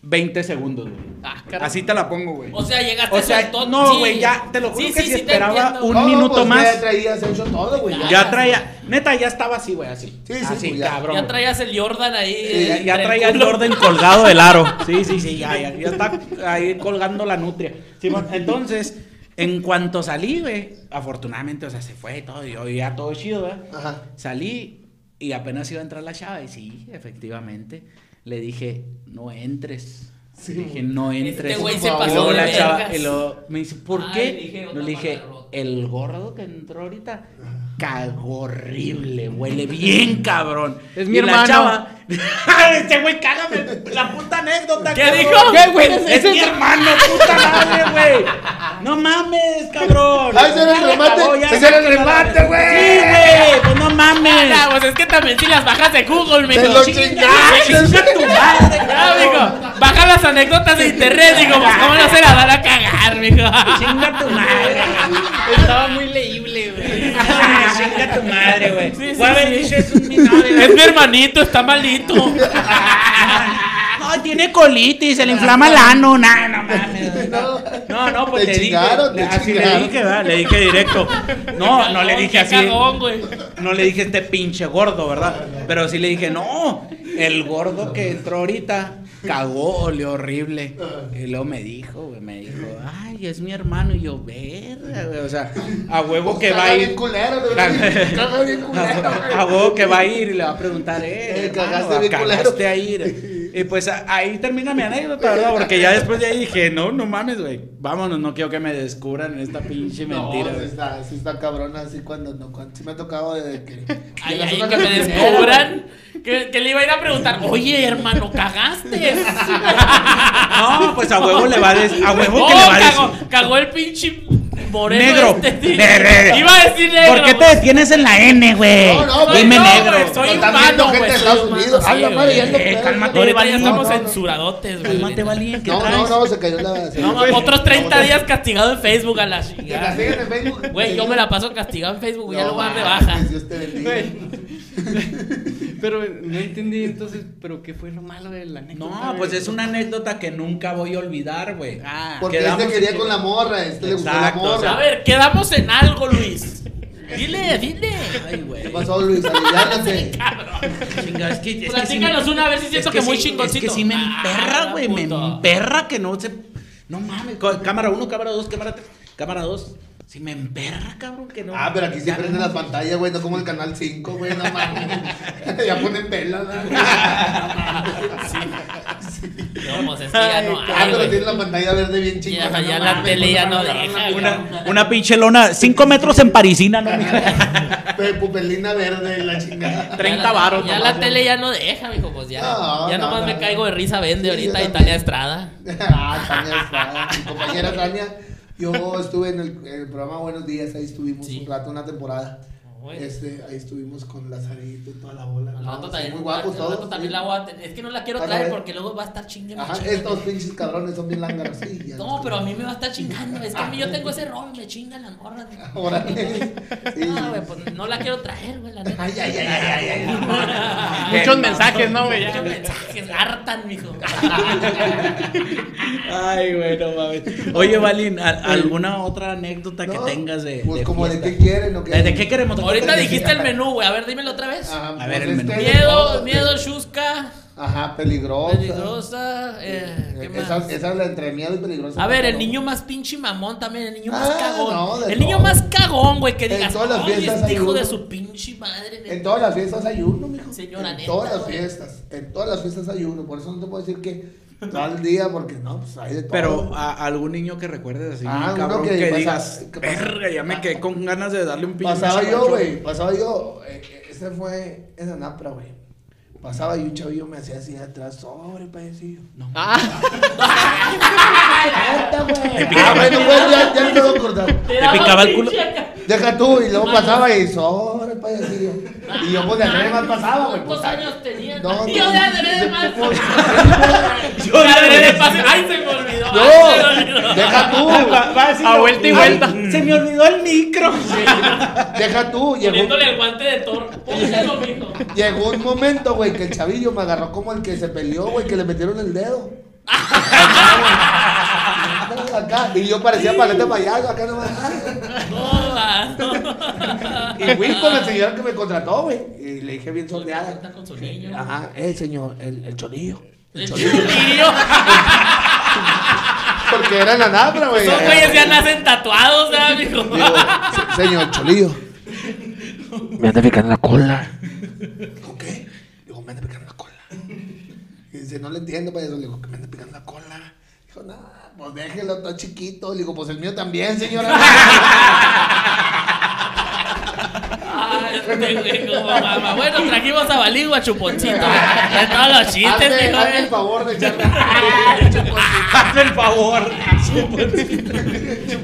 20 segundos, güey. Ah, caray. Así te la pongo, güey. O sea, llegaste O sea, soltón. no, Sí. güey, ya te lo juro Sí, que sí, si sí, te esperaba entiendo. un No, minuto pues, Ya más, traías hecho todo, güey. Ya. ya traía, neta, ya estaba así, güey, así. Sí, sí, así, pues, ya. cabrón. Ya güey. traías el Jordan ahí. Sí, ya, eh, ya entre traía el culo. orden colgado del [laughs] aro. Sí, sí, sí, ya, ya, ya está ahí colgando la nutria. Simón, entonces, en cuanto salí, güey, afortunadamente, o sea, se fue y todo, y yo ya todo chido, ¿verdad? Ajá. Salí y apenas iba a entrar la chava y sí, efectivamente, le dije, no entres. Le dije, no entres. Este güey se Y pasó luego de la chava vergas. y luego me dice, ¿por Ay, qué? dije otra Le dije, palabra. el gordo que entró ahorita cagó horrible, huele bien cabrón. Es mi Y hermano. La chava, [laughs] este güey, cágame la puta anécdota. ¿Qué cabrón. dijo? ¿Qué, güey? Es, ¿Es mi eso? hermano, puta madre, güey. No mames, cabrón. Ah, ese era Ya el la remate, cagó, ya ese era el la cagó. remate, güey. Sí, güey, pues no mames. Ah, pues es que también si las bajas de Google, mijo. Te lo Chinga, chingaste. Ah, Chinga tu madre, Ya, Ah, mijo. Baja las anécdotas de internet, digo, pues cómo no se la van a cagar, mijo. Chinga tu madre. Estaba muy leíble, güey. Ah, Chinga tu madre, güey. Sí, sí, Voy a ver, sí. dicho, es un minado, Es mi hermanito, está malito. Ah, No, tiene colitis, se le inflama el ano, nah, no mames. No. No, no, pues Te te, dije. chingaron, te así chingaron. le dije, ¿verdad? Le dije directo. No, no le dije así. Cagón, güey. No le dije este pinche gordo, ¿verdad? Pero sí le dije, no, el gordo que entró ahorita cagó, olió horrible. Y luego me dijo, güey, me dijo, ay, es mi hermano. Y yo, verga, güey. O sea, a huevo que va a bien ir. [laughs] culero, güey. Caga bien culero, güey. A huevo que va a ir y le va a preguntar, Eh, eh, cagaste hermano, bien cagaste culero. ahí. Y pues a- ahí termina mi anécdota, ¿verdad? Porque ya después de ahí dije, no, no mames, güey. Vámonos, no quiero que me descubran en esta pinche No, mentira, sí güey. está, sí está cabrón así cuando no, cuando- sí me ha tocado de que. Ay, llegas a ay, una que me carnicería, descubran. Que, que le iba a ir a preguntar, oye, hermano, cagaste. No, pues a huevo le va a decir. A huevo que Oh, le va a cagó, decir. cagó el pinche moreno. Negro. este, sí. Negro. Iba a decir negro. ¿Por qué te detienes en la N, güey? No, no, güey, Dime no, negro. güey, soy Lo están humano, viendo gente güey, de soy Estados humano, Unidos. sí, Ah, la madre, ya güey. no- Eh, cálmate, Ahorita ya No, estamos no, no. censuradotes, güey. Cálmate, Valien, ¿qué No, no, traes? no, se [laughs] cayó la. se- No, mames, otros 30 días castigado en Facebook a la Que la chingada. sigan en Facebook. Güey, yo me la paso castigado en Facebook, güey, ya No, lo voy a dar de mames, baja. Dios te bendiga. [laughs] Güey. Pero no entendí entonces, pero qué fue lo malo de la anécdota. No, güey? pues es una anécdota que nunca voy a olvidar, güey. Ah. Porque Quedamos este quería en- con la morra, este le gustó la Exacto, morra. o sea, A ver, quedamos en algo, Luis. Dile, dile. Ay, güey. ¿Qué pasó, [laughs] Luis? Aliviánate. Chinga, es que- es que sí me- Platícanos una vez y siento es que, sí, muy chingoncito. Es que sí me Ah, emperra, güey. me puto. emperra que no se. No mames. co- Cámara 1, cámara 2, cámara 3, cámara 2. Sí me emperra, cabrón, que no. Ah, pero aquí se Ya prende no- la pantalla, güey, no como el canal 5, güey, no mames. [laughs] ya ponen pelas, [laughs] ¿no? No, pues es que ya no Ah, hay, pero güey. tiene la pantalla verde bien Ya, chingona. ya no la mames, tele ya no mames, deja. Una, una pinche lona, 5 metros en parisina, [laughs] no Pe- Pupelina verde, la [laughs] chingada. 30 varos Ya nomás, la tele ya no deja, mijo. Pues ya. No, ya no, nomás no, me no. caigo de risa, vende Sí, ahorita yo Italia también. Estrada. Ah, Tania está. Mi compañera Tania, yo estuve en el, en el programa Buenos Días, ahí estuvimos Sí. un rato, una temporada. Bueno. Este, ahí estuvimos con Lazarito y toda la bola. Al ¿no? rato Sí, también- muy guapos al rato todos. también sí. la voy a tener. Es que no la quiero Vas a traer ver. porque luego va a estar chingando. Ajá, chingando. estos pinches cabrones son bien lángaros, sí. ya No, pero a mí me va a estar chingando. Es que a mí yo tengo ese rol, me chingan las morras. [laughs] Órale. Sí. No, güey, pues no la quiero traer, güey, la neta. Ay, ay, ay, ay, [laughs] ay, ay. [laughs] Muchos mensajes, ¿no, güey? Muchos Ya. mensajes, hartan, [laughs] mijo. Ay, güey, no mames. Oye, Valín, ¿al- ¿alguna otra anécdota No, que tengas de. Pues de como fiesta? de qué quieren o qué. ¿De, de qué queremos? Ahorita dijiste el menú, güey. A ver, dímelo otra vez. Ajá, A ver, pues el menú. este- Miedo, miedo, chusca, Ajá, peligrosa. peligrosa. eh, ¿qué Eh, más? Esa, esa es la entre miedo y peligrosa. A ver, el niño más pinche mamón también, el niño más Ah, cagón. no, de el niño todo. más cagón, güey, que En digas, todas las "Ay, fiestas este hay hijo uno". de su pinche madre. [laughs] En todas las fiestas hay uno, mijo. Señora, en neta, todas las güey. fiestas. En todas las fiestas hay uno. Por eso no te puedo decir que todo el día, porque no, pues hay de todo. Pero a, algún niño que recuerdes así, Ah, uno cabrón, que que, pasa- digas, que pasa- verga, ya me quedé con ganas de darle un pinche. Pasaba yo, macho". [laughs] güey. Pasaba yo. eh, eh, Ese fue en Anapra, güey. Pasaba y un chavillo me hacía así de atrás, sobre padecillo. No. [laughs] ¡Ah! güey! Ah, bueno, güey, ya, ya me lo acordaba. Te picaba el culo. Deja tú, y luego Ah, pasaba y sobre padecillo. Y yo pues de atrás más pasaba, güey. ¿Cuántos pues, años tenía? No, no. Yo de adrede más. Pues, Yo de adrede más. Ay, se me olvidó. No, ay, se me [laughs] olvidó. deja tú, A vuelta y vuelta. Se me olvidó el micro. deja tú. Llegó, un- Poniéndole el guante de toro. Pónselo, mijo. llegó un momento, güey, que el chavillo me agarró como el que se peleó, güey, que le metieron [laughs] el dedo. Acá, y yo parecía paleta payaso, acá nomás. No, va, no. Y fui con el señor que me contrató, güey. Y le dije bien Está sordeada. con su niño. Ajá, el señor, el, el chonillo. El chulillo. Porque era en la napra, güey. Esos güeyes ya nacen tatuados, ¿verdad, mijo? Digo, "Se- señor Cholillo. Me anda picando la cola. Digo, ¿qué? Digo, me anda picando la cola. Y dice, no le entiendo, payaso. Le digo, que me anda picando la cola. Dijo, nada, pues déjelo, está chiquito. Le digo, pues el mío también, señora. [laughs] Ah, este güey, como mamá. Bueno, trajimos a Baligo a Chuponcito. De todos los chistes, hazme, mijo. hazme el eh. favor de echarme. Hazme el [laughs] favor.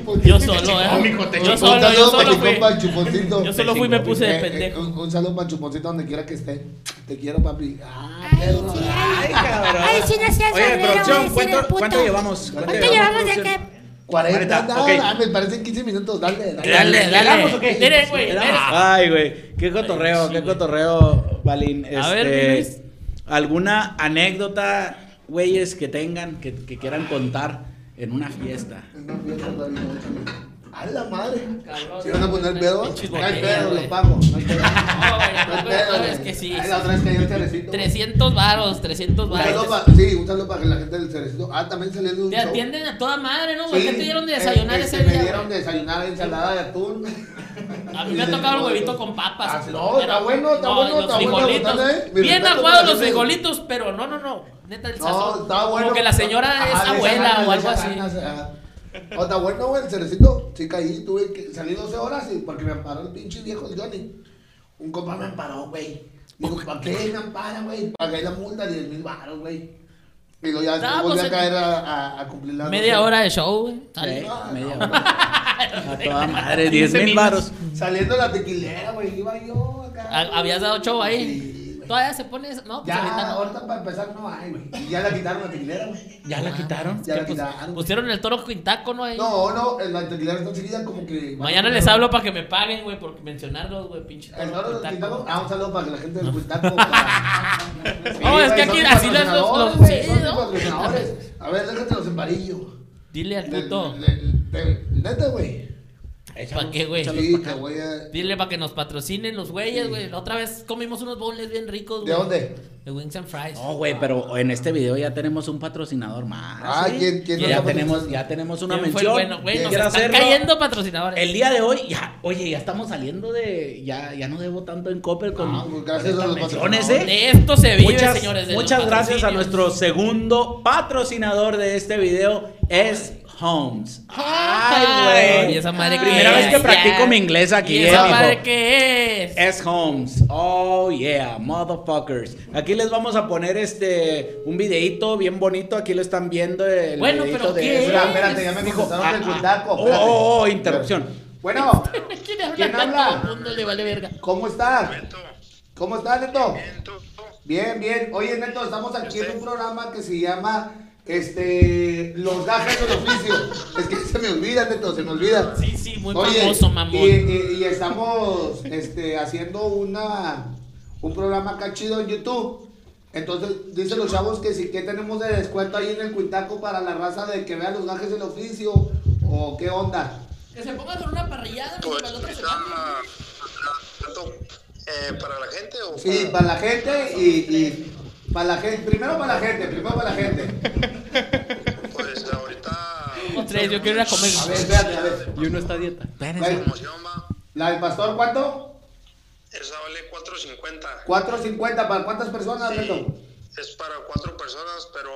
pues. Yo solo, ¿eh? Yo Un solo, yo saludo para solo el fui. chupón, para el chuponcito. Eh, Yo solo fui y me puse de pendejo. un, un saludo para el chuponcito donde quiera que esté. Te quiero, papi. Ah, Ay, perro. sí, ay. Ay, sí, no seas Oye, barbero, producción, güey, ¿cuánto- sí, del puto. cuánto llevamos? ¿Cuánto, ¿Cuánto llevamos de llevamos, acá? 40, Cuarenta, nada, ok. me parecen 15 minutos, dale, dale. Dale, ¿Llegamos o dale. qué? Mire, güey. mire. Ay, güey. Qué cotorreo, Sí, qué güey. cotorreo, Valín. A ver, Este, Luis. ¿Alguna anécdota güeyes que tengan, que, que quieran contar en una fiesta? Una fiesta para mi noche, güey. A la madre. Cabrón, Si van a poner güey, pedo, pinches no hay botellas, pedo, güey. lo pago. No hay [laughs] pedo. No, güey, No hay no, pedo, es güey. que sí. Ahí la otra vez cayó el cerecito. 300 varos, 300 Un saludo varos. pa- Sí, un saludo para que la gente del cerecito. Ah, también salió de un Te show. atienden a toda madre, ¿no? güey? Sí, ¿Qué te dieron de desayunar este, ese Me día? dieron de güey? desayunar ensalada de atún. A mí me ha tocado el huevito con papas. Ah, no, está bueno, está No, bueno, los está bueno. frijolitos. botana, ¿eh? Mi Bien respeto aguados los para la gente. frijolitos, pero no, no, no. Neta, el No, sazón. está bueno. Como que la señora Ajá, es de esas abuela o ganas, algo de esas así. ganas, ajá. O está bueno, güey, el cerecito. Sí caí, tuve que salí 12 horas y porque me amparó el pinche viejo el Johnny. Un compa me amparó, güey. Digo, ¿para qué me ampara, güey? Pagué la multa, 10 mil baros, güey. Y luego ya No, volví pues, a caer a, a- a cumplir la Media doce. hora de show, güey. Sale. Eh, no, media no. hora. A toda madre, 10 mil varos. Saliendo la tequilera, güey, iba yo acá. Ha- Ah, Habías dado show Sí, ahí. güey. Todavía se pone. esa- No, pues ahorita Ya, no. ahorita para empezar no hay, güey. Y ya la quitaron la tequilera, güey. ¿Ya la quitaron? Ya la Pues, quitaron. pusieron el toro quintaco, ¿no? Ahí. No, no, en la tequilera está enseguida como que. Mañana les hablo para que me paguen, güey, por mencionarlos, güey, pinche El toro toro del Quintaco. quintaco. Ah, un saludo para que la gente del Quintaco. [laughs] No, Oh, es que aquí así las- los- los- sí, ¿no? patrocinadores. A ver, déjate los embarillos. Dile al Del- puto. del- del- Neta, güey. ¿Para qué, güey? Sí, te voy a. Dile para que nos patrocinen los güeyes, güey. La otra vez comimos unos bowls bien ricos, güey. ¿De dónde? De Wings and Fries. No, güey, pero en este video ya tenemos un patrocinador más. Ah, ¿eh? ¿quién- quién Y nos ya está tenemos, patrocinando? ya tenemos una ¿Quién fue el mención. bueno, güey? Nos Quiero están hacerlo. cayendo patrocinadores. El día de hoy, ya, oye, ya estamos saliendo de. Ya, ya no debo tanto en Copper con. Ah, pues gracias con a los estas menciones, patrocinadores. ¿eh? De esto se vive, muchas señores. de los muchas gracias a patrocinios. nuestro segundo patrocinador de este video, es Holmes. Ay, güey. ¿Y esa madre qué Primera es? vez que Ya. practico mi inglés aquí, ¿Y eh, esa mijo. Eh, madre qué es? Es Holmes. Oh yeah, motherfuckers. Aquí les vamos a poner este un videito bien bonito. Aquí lo están viendo. El Bueno, videíto pero de ¿qué ese. Espera, espérate, ya me Dijo, contestaron del ah, [laughs] ah, Quintaco. oh, espérate. oh, oh, interrupción. Bueno, ¿Quién habla ¿Quién tanto habla? al mundo? Le vale verga. ¿cómo estás? Neto, ¿Cómo estás, Neto? bien, tú, tú. Bien, bien. Oye, Neto, estamos aquí en un programa que se llama este Los gajes del oficio. es que se me olvida, Neto, se me olvida. Sí, sí, muy Oye, famoso, mamón. Y, y- y estamos este, haciendo una un programa acá chido en YouTube. Entonces, dicen los chavos que si que tenemos de descuento ahí en el cuitaco para la raza de que vea los gajes del oficio o qué onda. Que se pongan con una parrillada, güey, Pues para la otra semana. está tanto eh, para la gente o Sí, para la gente y, y para la gente, primero para la gente, primero para la gente. pues ahorita Como tres, yo quiero ir a comer. A ver, espérate, a ver. Y uno está a dieta. Güey, promoción va, ¿La del pastor cuánto? esa vale 4.50. 4.50 para cuántas personas, Beto? Sí, es para cuatro personas, pero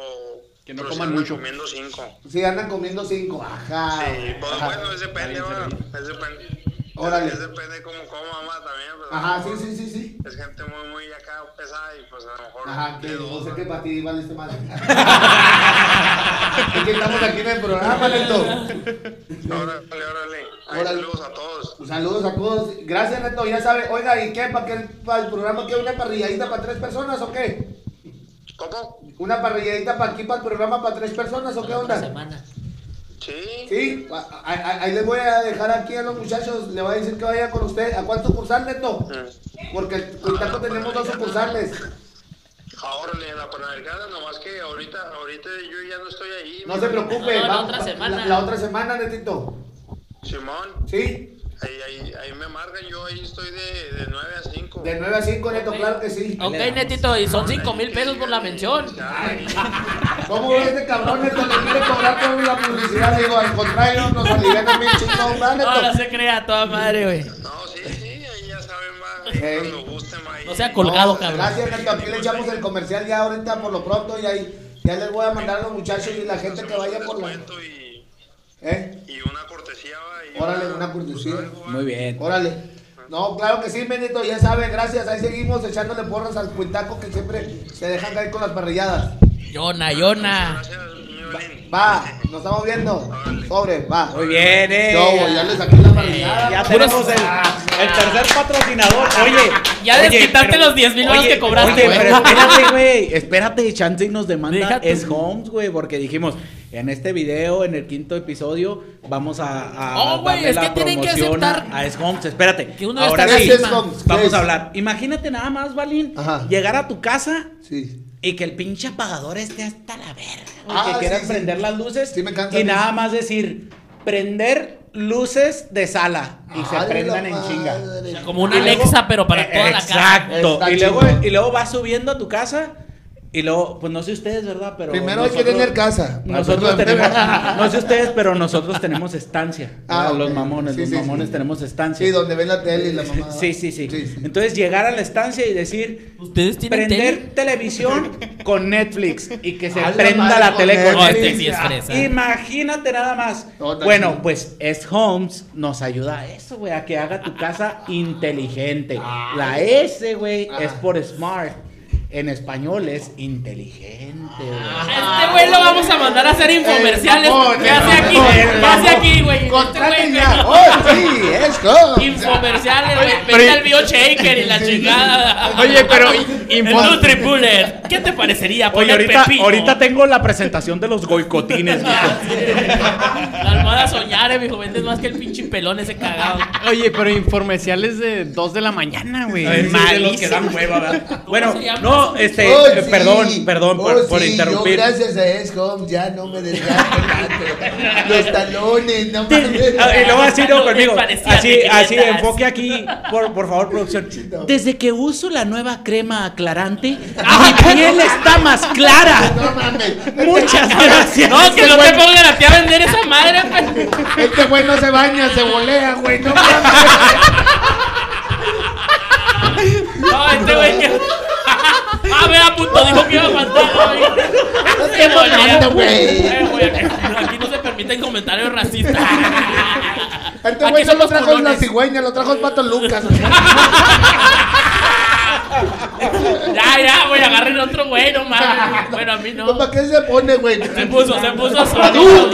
Que no pero coman se mucho. recomiendo cinco. Sí, andan comiendo 5. Ajá. Sí, pues, Ah, ajá. bueno, es depende, ahora, es depende. Órale. Es depende cómo coma mamá también, pero Ajá, sí, sí, sí, sí. es gente muy muy acá pesada y pues a lo mejor Ajá, que de no dos, sé ¿no? qué para ti vale este madre. [laughs] es que estamos aquí en el programa, Neto. Órale, órale. Ahí Órale. Saludos a todos. Saludos a todos. Gracias, Neto. Ya sabe, oiga, ¿y qué? ¿Para qué? ¿Para el programa qué? ¿Una parrilladita para tres personas o qué? ¿Cómo? ¿Una parrilladita para aquí, para el programa, para tres personas o qué La otra onda? semana. Sí. Sí, a- a- a- ahí les voy a dejar aquí a los muchachos, le voy a decir que vayan con usted. ¿A cuál sucursal, Neto? Mm. Porque con tanto tenemos dos sucursales. Ahora en la panamericana, nomás que ahorita, ahorita yo ya no estoy ahí. No se preocupe, No, la vamos- otra semana. La, la otra semana, Netito. Simón, Sí, ahí, ahí, ahí me marcan, yo ahí estoy de, de 9 a 5. de 9 a 5, Neto, claro que sí. Ok, netito, y son cinco mil pesos por la mención. ¿Cómo ves este cabrón, Neto? Le quiere cobrar con la publicidad. Digo, al contrario, nos alivian bien chingón, ¿verdad, Ahora Neto? se crea toda madre, güey. No, sí, sí, ahí ya saben más. Ey. Cuando gusten, ahí. No sea colgado, No, cabrón. Gracias, Neto. Aquí le echamos el comercial ya ahorita por lo pronto y ahí ya les voy a mandar a los muchachos y la gente que Hacemos vaya un por la... descuento Y, ¿Eh? y una cortesía. va, Y Órale, una cortesía. algo, va. Muy bien. Órale. No, claro que sí, Benito, ya sabe, gracias. Ahí seguimos echándole porras al cuitaco que siempre se dejan caer con las parrilladas. Yona, Yona. Gracias, mi Belén. Va, nos estamos viendo. Sobre, va. Muy bien, eh. Yo, ya le saqué la parrillada. Ya Puros- tenemos el, el tercer patrocinador. Oye, Ah, Ya oye, desquitaste pero- los 10 mil varos oye, que cobraste, Oye, güey. [laughs] pero espérate, güey. Espérate, chance y nos demanda Deja tú. es Holmes, güey, porque dijimos en este video, en el quinto episodio, vamos a. a Oh, güey, darle es la que tienen que promoción a- aceptar- A es Holmes, espérate. Que uno ya Ahora está sí, Gracias, encima. Holmes. vamos Gracias. a hablar. Imagínate nada más, Valín, Ajá. llegar a tu casa Sí. Y que el pinche apagador esté hasta la verga. güey, Ah, que quieras sí, sí. prender las luces. Sí, me cansa y a mí. nada más decir, prender luces de sala. Y se prendan en chinga. Eh, Como una Alexa, pero para toda la casa. Exacto. Está Y luego, chingón. y luego vas subiendo a tu casa. Y luego, pues no sé ustedes, ¿verdad? Pero Primero hay que nosotros- tener casa. Nosotros tenemos, no sé ustedes, pero nosotros tenemos estancia. [laughs] Ah, Ah, Los ok. mamones, Sí, los sí, mamones sí. tenemos estancia. Sí, donde ven la tele y la mamá. Sí, sí, sí. Entonces llegar a la estancia y decir, Ustedes tienen prender tele. [laughs] televisión con Netflix y que se A la prenda madre la con tele con No, Netflix. este Netflix. sí es fresa. Imagínate nada más. No, está bueno, chido. pues es Holmes nos ayuda a eso, güey, a que haga tu casa inteligente. La S, güey, Ah. es por smart. En español es inteligente, güey. Ah. Este güey lo vamos a mandar a Eh, hacer infomerciales. El mamón, ¿Qué el hace aquí? mamón, el ¿Qué hace mamón. aquí, güey? Contraten Este ya. güey, ¡Oh, sí! ¡Es go! Infomerciales, güey. Vete al bio shaker y la chingada. Oye, pero El info- Nutribullet. ¿Qué te parecería Oye, poner ahorita, pepino? ahorita tengo la presentación de los goicotines, Ah, mijo. La almohada soñar, eh, mijo. Vendes más que el pinche pelón ese cagado. Oye, pero informerciales de 2 de la mañana, güey. Ay, sí, de los que Malísimo. dan hueva, ¿verdad? Bueno, se llama? no, este, Oh, eh, sí. perdón, perdón Oh, por, por sí, Yo interrumpir. gracias a Escom ya no me desgasto tanto. Los talones, no mames. [laughs] Ah, y luego así, no, Me conmigo. parecía Así, que así, querías. enfoque aquí, por, por favor, producción. [laughs] Desde que uso la nueva crema aclarante, Ah, mi piel está más [laughs] clara. No mames. Muchas gracias. No, que no te pongan a ti a vender esa madre, pues. güey. Este güey no se baña, se volea, güey. No mames. No, este güey que. Ah, vea, puto, dijo que iba a aguantar, güey. Qué bonito, Este güey. Eh, güey, Aquí aquí no se permiten comentarios racistas. Este Aquí güey no son lo los trajo en la culones. cigüeña, lo trajo el pato Lucas. Ya, ya, güey, agarren otro güey, no mames. Bueno, a mí no. ¿Para qué se pone, güey? Se puso, se puso solo.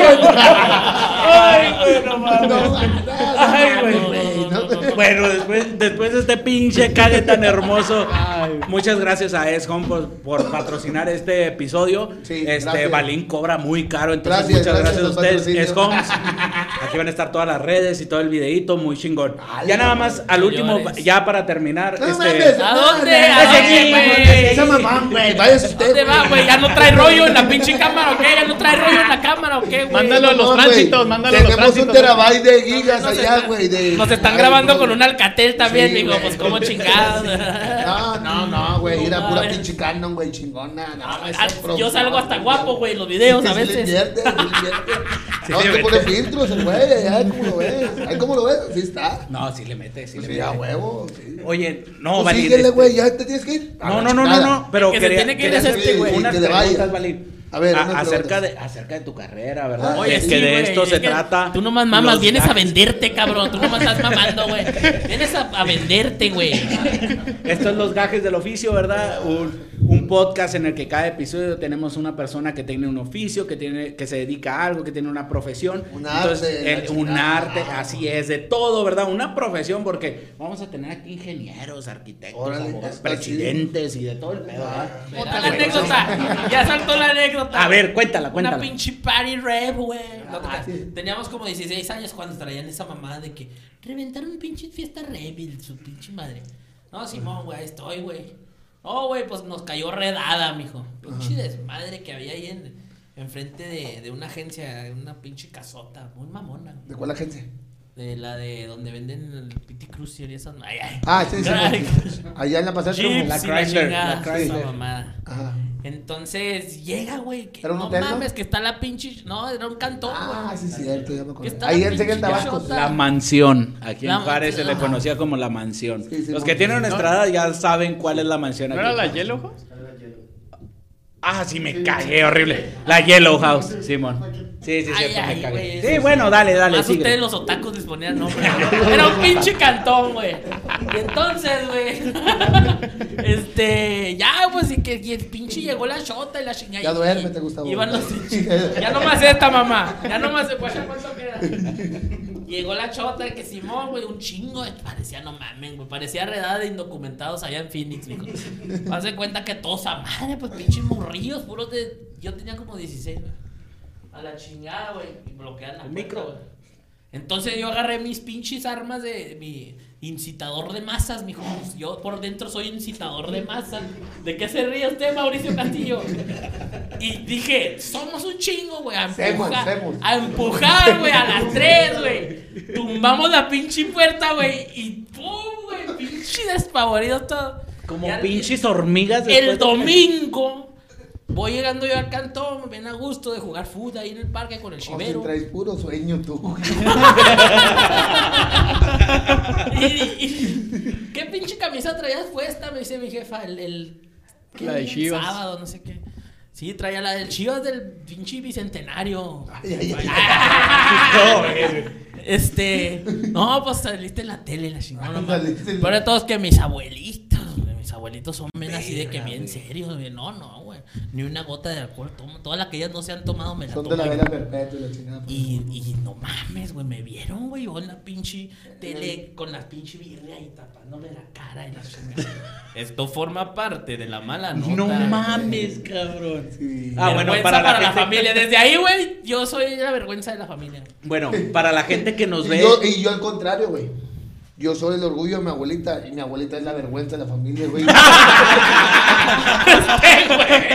Ay, güey, no mames. Ay, güey. No, no, no. [laughs] Bueno, después, después de este pinche cague tan hermoso, muchas gracias a S-Home por, por patrocinar este episodio. Sí, este gracias. Balín cobra muy caro, entonces Gracias, muchas gracias, gracias a al ustedes, patrocinio. S-Home. Aquí van a estar todas las redes y todo el videito, muy chingón. Ay, ya nada más, al último, señores. ya para terminar, No mames. este, ¿A dónde? No, ¿A no, dónde, no, güey? no, Esa mamá, Este güey. Váyase usted. ¿Dónde va, güey? ¿Ya no trae rollo en la pinche cámara o qué? ¿Ya no trae rollo en la cámara o qué, güey? Mándalo a los No, güey. tránsitos, mándalo a los Tenemos un tránsitos. terabyte de gigas Nos allá, está- güey. de- Nos están Ay, grabando no, con un Alcatel también, Sí, digo, güey. pues como chingados. [laughs] No, no, no, güey. Era pura mames. pinche Canon, güey, chingona. No, Ah, Yo salgo hasta guapo, güey, en los videos a Se le veces. invierte, se le invierte. No, se pone filtros, el güey. Ahí cómo lo ves. Ahí cómo lo ves. Sí está. No, sí le mete, sí le Pues Sí, mete. a huevo. Pues sí. Oye, no, Tú Balín. síguele, este- güey. Ya te tienes que ir. A No, la no, no, no, chingada. no, pero Que se quería, tiene que ir quería ese hacerte güey. unas Que le preguntas, vaya. Valín. A ver, A- unas acerca, de, preguntas. acerca de tu carrera, ¿verdad? Ah, Oye, es sí, que de güey, esto es se que trata. Tú nomás mamas, los vienes a gajes. [laughs] venderte, cabrón. Tú nomás estás mamando, güey. Vienes a, a venderte, güey. Esto es los gajes del oficio, ¿verdad? Un, un podcast en el que cada episodio tenemos una persona que tiene un oficio, que tiene que se dedica a algo, que tiene una profesión. Un arte, la el- un chingada. arte, así es, de todo, ¿verdad? Una profesión, porque vamos a tener aquí ingenieros, arquitectos, Órale, abogados, está chido. Ah. presidentes y de todo el pedo, ¿verdad? Otra la anécdota. Ya saltó la anécdota. A ver, cuéntala, cuéntala. Una pinche party rap, güey. Ah, No te creas. Teníamos como 16 años cuando traían esa mamada de que reventaron pinche fiesta rebel, su pinche madre. No, Simón, güey, ahí estoy, güey. No, güey, pues nos cayó redada, mijo. Pinche desmadre que había ahí en, enfrente de, de una agencia, de una pinche casota, muy mamona. güey. ¿De cuál agencia? De la de donde venden el Pity Cruiser y esas. Ay, ay. Ah, sí, sí. [laughs] Ay, Allá en la pasada. Jeeps y como- la Chrysler, chingada, la esa Chrysler. mamada. Ajá. Entonces llega, güey. que ¿Era un no hotel, no? mames, que está la pinche. No, era un cantón, güey. Ah, sí, es cierto, ya me acordé. está Ahí la en Seguel pinche Tabasco. chota. La mansión. Aquí La en Juárez se le mansión. conocía como la mansión. Sí, sí, Los que mansión. tienen una No. estrada ya saben cuál es la mansión. ¿No Aquí. era la Yellow House? Ah, sí, me cagué, horrible. La Yellow House, Simón. Sí, sí, Ay, cierto, ay, me cagué. güey, Sí, eso bueno, dale, dale, Más ustedes sigue. los otacos les [laughs] ponían nombre. güey. Era un pinche cantón, güey. Y entonces, güey. [laughs] este, ya, pues, y que y el pinche llegó la chota y la chingada. Ya y- duérmete, Gustavo. Iban los Ya nomás esta, mamá. Ya nomás se puede cuánto queda. Llegó la chota que Simón, güey, un chingo. de- Parecía, no mames, güey. Parecía redada de indocumentados allá en Phoenix, mijo. Haz de cuenta que todos a madre, pues pinches morrillos, puros de. Yo tenía como 16, güey. A la chingada, güey. Y bloquean la micro. micro, güey. Entonces yo agarré mis pinches armas de mi Incitador de masas, mijo. Pues Yo por dentro soy incitador de masas. ¿De qué se ríe usted, Mauricio Castillo? Y dije, somos un chingo, güey. A Semos, empujar, semos. a empujar, güey, a las tres, güey. Tumbamos la pinche puerta, güey. Y pum, güey, pinche despavorido todo. Como Ya- pinches hormigas. el después de- domingo voy llegando yo al cantón, me ven a gusto de jugar fútbol ahí en el parque con el O si chivero. traes puro sueño tú. güey. [laughs] Y, y- ¿Qué pinche camisa traías puesta? Me dice mi jefa, el, el ¿qué La de día? Chivas. sábado, no sé qué. Sí, traía la del Chivas del pinche bicentenario. Ah. Ay, ay, [laughs] ay. Este, no, pues saliste en la tele, la [laughs] chingada. no mames. Saliste en- Pero de todos que mis abuelitos, güey, mis abuelitos son men así de que bien serios, güey. No, no, güey. Ni una gota de alcohol tomo. Todas las que ellas no se han tomado me la Son tomo. de la yo. vela perpetua y la chingada. Y, y no mames, güey, me vieron, güey, yo en la pinche tele con la pinche birria y tapándome la cara y [laughs] la chingada. Esto forma parte de la mala nota. No mames, cabrón. Sí. Ah, bueno, para la, gente- familia. Desde ahí, güey, yo soy la vergüenza de la familia. Bueno, para la gente que nos Y ve. yo, y yo al contrario, güey. Yo soy el orgullo de mi abuelita y mi abuelita es la vergüenza de la familia, [laughs] güey.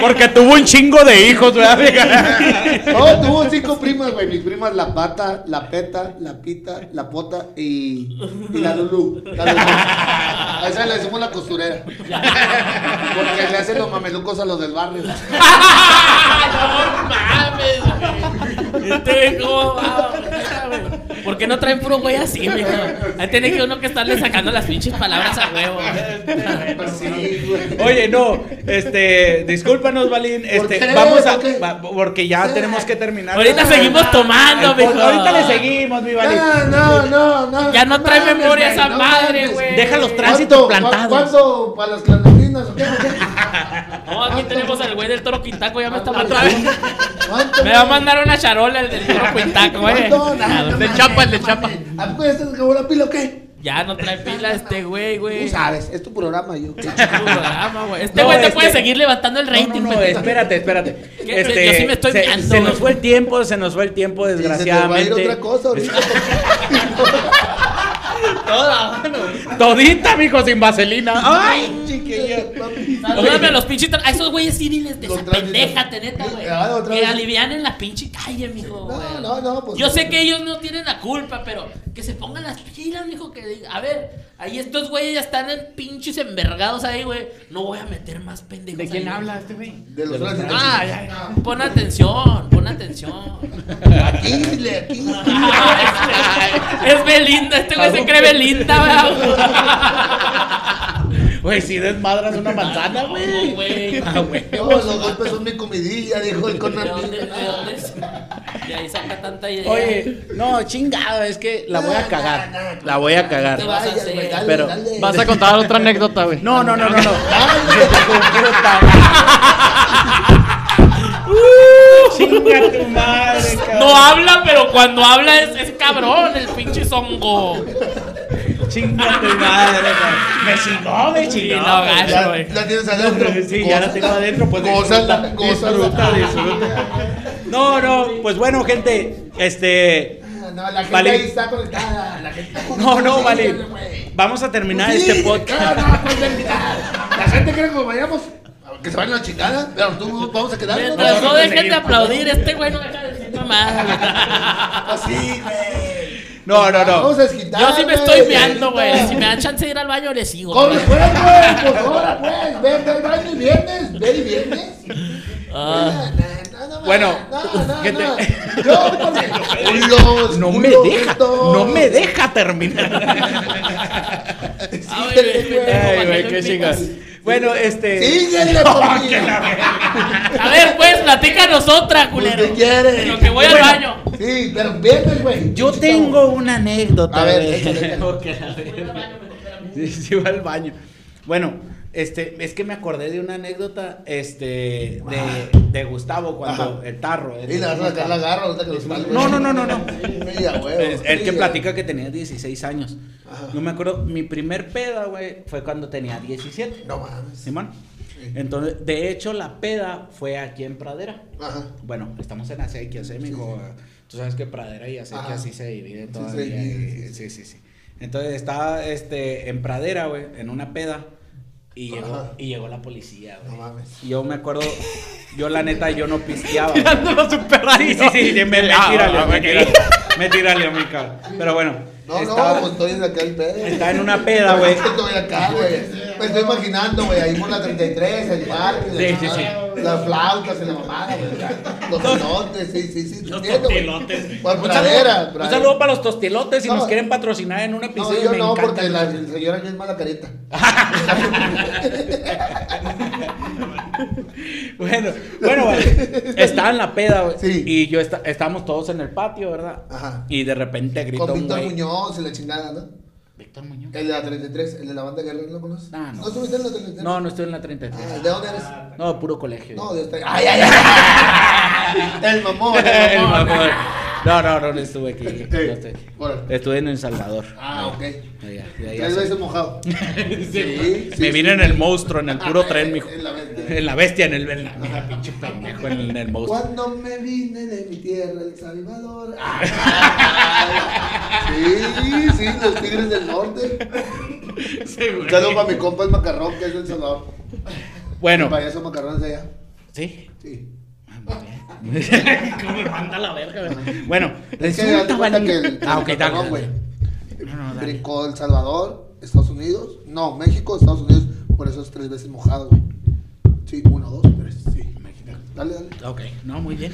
Porque tuvo un chingo de hijos, ¿verdad? No, Oh, tuvo cinco primas, güey. Mis primas, la pata, la peta, la pita, la pota y, y la Lulu. La Lulú. A esa le decimos la costurera. [laughs] Porque le hacen los mamelucos a los del barrio. ¡No mames, güey! Este, ¿cómo va, güey? ¿Por qué no traen puro güey así, güey? Ahí tiene que uno que estarle sacando las pinches palabras a huevo. Sí, güey. [laughs] Oye, no, este, discúlpanos, Valín, este, qué? vamos a, ¿Por qué? va- porque ya tenemos que terminar. Ah, Ahorita seguimos tomando, Pues, mijo. Ahorita le seguimos, mi Valín. Ah. No, no, no, no. Ya no trae mames, memoria güey, esa no madre, mames. güey. Deja los ¿Cuánto- tránsitos plantados. cu- ¿Cuánto para las clandestinas? o qué, o qué? No, Ah, aquí tenemos al güey del toro quintaco, ya me está ¿Cuánto, matando. ¿Cuánto, Me va a güey? mandar una charola el del toro quintaco, eh. Ah, güey. ¿Cuánto? Nah, no De mames, chapa, el no de chapa. mames. ¿A poco ya se te acabó la pila o qué? Ya no trae pila este güey, güey. Tú sabes, es tu programa, yo. [laughs] Tu programa, güey. Este No, güey te este- puede seguir levantando el No, rating, no, no, güey. este- espérate, espérate. Este, ¿Qué? Yo sí me estoy se, meando, se nos güey. fue el tiempo, se nos fue el tiempo, Y se te va a ir desgraciadamente. otra cosa ahorita. [laughs] Todita, mijo, sin vaselina. Ay, chiquilla. papi. Salúdame a los pinches. tra- A esos güeyes sí diles Los desapendéjate, tránsitos. neta, güey. Ah, otra Que vez. alivianen la pinche calle, mijo. No, güey. no, no, pues- Yo sé que ellos no tienen la culpa, pero que se pongan las pilas, mijo. Que diga- a ver, ahí estos güeyes ya están en pinches envergados ahí, güey. No voy a meter más pendejos. ¿De quién ahí. habla este güey? De los tránsitos. Ah, ya, ya. Pon atención, pon atención. Aquí, dile, aquí. [laughs] es Belinda, este güey se cree Belinda, ¿verdad? güey, si desmadras [laughs] una manzana, Ah, No, güey. güey. Ah, güey. No, los golpes son mi comidilla, dijo el ¿De dónde? Conan. ¿De dónde? es? De ahí saca tanta idea. Oye, no, chingado, es que la Ah, voy a cagar. La voy a Te cagar. vas a Vaya, hacer. güey, dale, Pero dale. Vas a contar otra anécdota, güey. No, no, no, no, [laughs] no. [laughs] Chinga tu madre, Uh. No ah. habla, pero cuando habla es, es cabrón el pinche zongo. Chinga tu madre, cabrón. Me chingó, me Sí, chingó. no, güey. gacho, Ya- güey. La tienes adentro. [laughs] Sí, ya la tengo Gózala, adentro, pues Gózala, Ah, disfruta, gózala. No, no, pues bueno, gente, este. Ah, No, la gente Vale. ahí está conectada. La gente está No, no, conectada, vale. güey. Vamos a terminar Sí, este podcast. No, no, pues, terminar. La gente quiere que nos vayamos. Que se vayan a la chingada, pero tú vamos a quedar. ¿no? Mientras no dejen de aplaudir, este güey no deja de decir [laughs] mamá. Así, güey. No, no, no. Vamos a desquitar. Yo sí me güey. estoy meando, güey. Si me dan chance de ir al baño, le sigo. Ah, Corre, güey. pues, güey. Pues ahora, pues. Ven, ven, ven y vienes. Ven y vienes. Ah. No, no, no, no, Bueno, no, no, ¿qué te- no. Yo, [laughs] porque los No me culos deja, estos- no me deja terminar. Ah, güey, güey. pendejo, Ay, ¿para güey, lo qué invitas? chingas. Bueno, este. [laughs] Síguele, Ah, porque- que la- A ver, pues, platícanos otra, culero. ¿Qué quieres? En lo que voy al Bueno. baño. Sí, pero vienes, güey. Yo tengo una anécdota. Ah, A ver, güey. échale, échale. Ok, a ver. Sí, sí, va al baño. Bueno, este, es que me acordé de una anécdota, este, de, de Gustavo cuando Ajá. el tarro. Y le vas a sacar la garra ahorita que los salve. No, no, no, no, [laughs] no. Sí, a huevo, Es- el que sí, platica que tenía 16 años. Ajá. Yo me acuerdo, mi primer peda, güey, fue cuando tenía 17. No mames. Simón. Entonces, de hecho, la peda fue aquí en Pradera. Ajá. Bueno, estamos en acequias, ¿eh, mijo? Tú sabes que pradera y acequia Ajá. así se divide Sí, todavía. sí, y- sí, Sí, sí, sí. Entonces estaba este, en pradera, güey, en una peda. Y llegó, Ajá. y llegó la policía, No güey. mames. Y yo me acuerdo, yo la neta, yo no [laughs] pisteaba. güey. Tirándolo a su perra. Sí, sí, [laughs] sí, me, me Ah, tira Leo, me tira Leo. Me tira Leo, mi cabrón. Pero bueno, No, estaba, no, pues estoy en aquel pedo. estaba en una peda, güey. [laughs] Estoy acá, güey. Me estoy imaginando, güey, ahí por la 33, el parque, Sí, la- sí, las flautas y la mamada, güey. Los pelotes, sí, sí, sí. Los entiendo, güey. totilotes. Por Un saludo, pradera, un pradera. saludo para los tostilotes si No. nos quieren patrocinar en un No, episodio. yo me no, encanta. porque la señora yo es mala carita. Bueno, bueno, [laughs] güey. Estaba en la peda, güey. Sí. Y yo está, estábamos todos en el patio, ¿verdad? Ajá. Y de repente gritó Con un Víctor güey. Muñoz y la chingada, ¿no? ¿Víctor Muñoz? El de la 33, el de la banda guerrera, ¿no lo conoces? Ah, no. ¿No estuviste en la 33? No, no estoy en la Ah, 33. ¿De dónde eres? No, puro colegio. [laughs] No, de usted. ¡Ay, ay, ay! El mamón, el El mamón. mamón. No, no, no, no estuve [laughs] aquí. no estuve aquí. Órale. Estuve en El Salvador. Ah, ok. Allá, de allá Tres soy. veces mojado. Sí, sí, Me vine sí. Ah, eh, en el monstruo, en el puro tren, mijo. En la bestia. En la bestia, en el, en la- mira, pinche pendejo, en el, en el monstruo. Cuando me vine de mi tierra, El Salvador. Ah, sí, sí, los tigres del norte. Un saludo para mi compa el macarrón, que es del Salvador. Bueno, Para esos macarrones de allá. sí. Sí. Ah, ¿Cómo me manda la verga, güey? Bueno, Es que haz de resulta, cuenta valen- que el, Ah, el ok, macarrón, dale, güey, dale. brincó El Salvador, Estados Unidos. No, México, Estados Unidos. Por eso es tres veces mojado, güey. Sí, uno, dos, tres. Sí, Dale, dale. Ok, no, muy bien.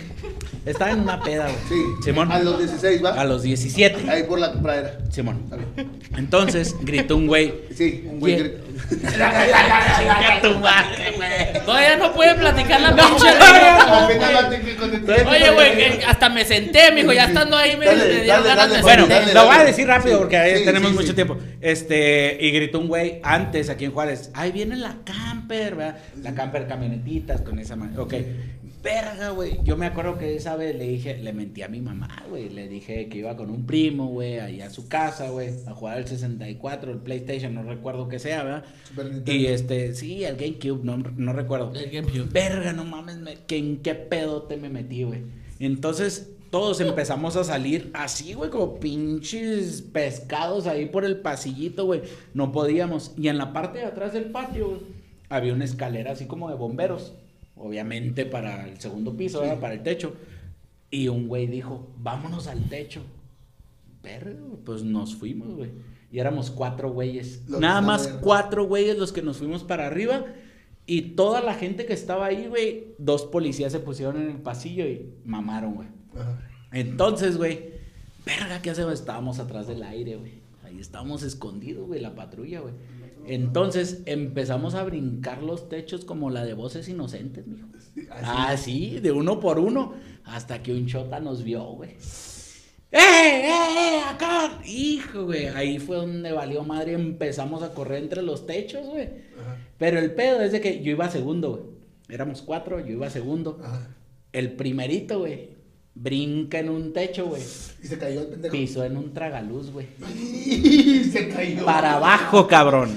Estaba en una peda, güey. Sí. Simón. A los 16, va. A los 17. Ahí por la pradera. Simón. Dale. Entonces gritó un güey. Sí, un güey. Ye- gri- [laughs] Chinga tu madre, güey. Todavía no puede platicar [laughs] la pinche. Apenas la tengo con el teléfono. Oye, güey, que hasta me senté, mijo, ya estando ahí me, Dale, me dieron dale, ganas de dale, Bueno, dale, lo voy a dale. decir rápido Sí, porque ahí sí, tenemos sí, mucho sí. tiempo. Este, y gritó un güey antes aquí en Juárez. Ahí viene la camper, ¿verdad? La camper camionetitas con esa mano. Ok. Verga, güey. Yo me acuerdo que esa vez le dije, le mentí a mi mamá, güey. Le dije que iba con un primo, güey, allá a su casa, güey, a jugar al 64, el PlayStation, no recuerdo que sea, ¿verdad? Super Nintendo. Y este, sí, el GameCube, no, no recuerdo. Verga, no mames, me- que en qué pedote me metí, güey. Entonces, todos empezamos a salir así, güey, como pinches pescados ahí por el pasillito, güey. No podíamos. Y en la parte de atrás del patio, güey, había una escalera así como de bomberos. Obviamente para el segundo piso, ¿verdad? para el techo. Y un güey dijo, vámonos al techo. Verga, pues nos fuimos, güey. Y éramos cuatro güeyes. Los que Nada están más allá. cuatro güeyes los que nos fuimos para arriba. Y toda la gente que estaba ahí, güey, dos policías se pusieron en el pasillo y mamaron, güey. Ajá. Entonces, güey, verga, ¿qué hacemos? Estábamos atrás del aire, güey. Ahí estábamos escondidos, güey, la patrulla, güey. Entonces empezamos a brincar los techos como la de voces inocentes, mijo. Así, de uno por uno, hasta que un chota nos vio, güey. ¡Eh, eh, eh! ¡Acá! Hijo, güey. Ahí fue donde valió madre. Empezamos a correr entre los techos, güey. Pero el pedo es de que yo iba segundo, güey. Éramos cuatro, yo iba segundo. Ajá. El primerito, güey, brinca en un techo, güey. Y se cayó el pendejo. Pisó en un tragaluz, güey. Y [laughs] se cayó. Para abajo, cabrón.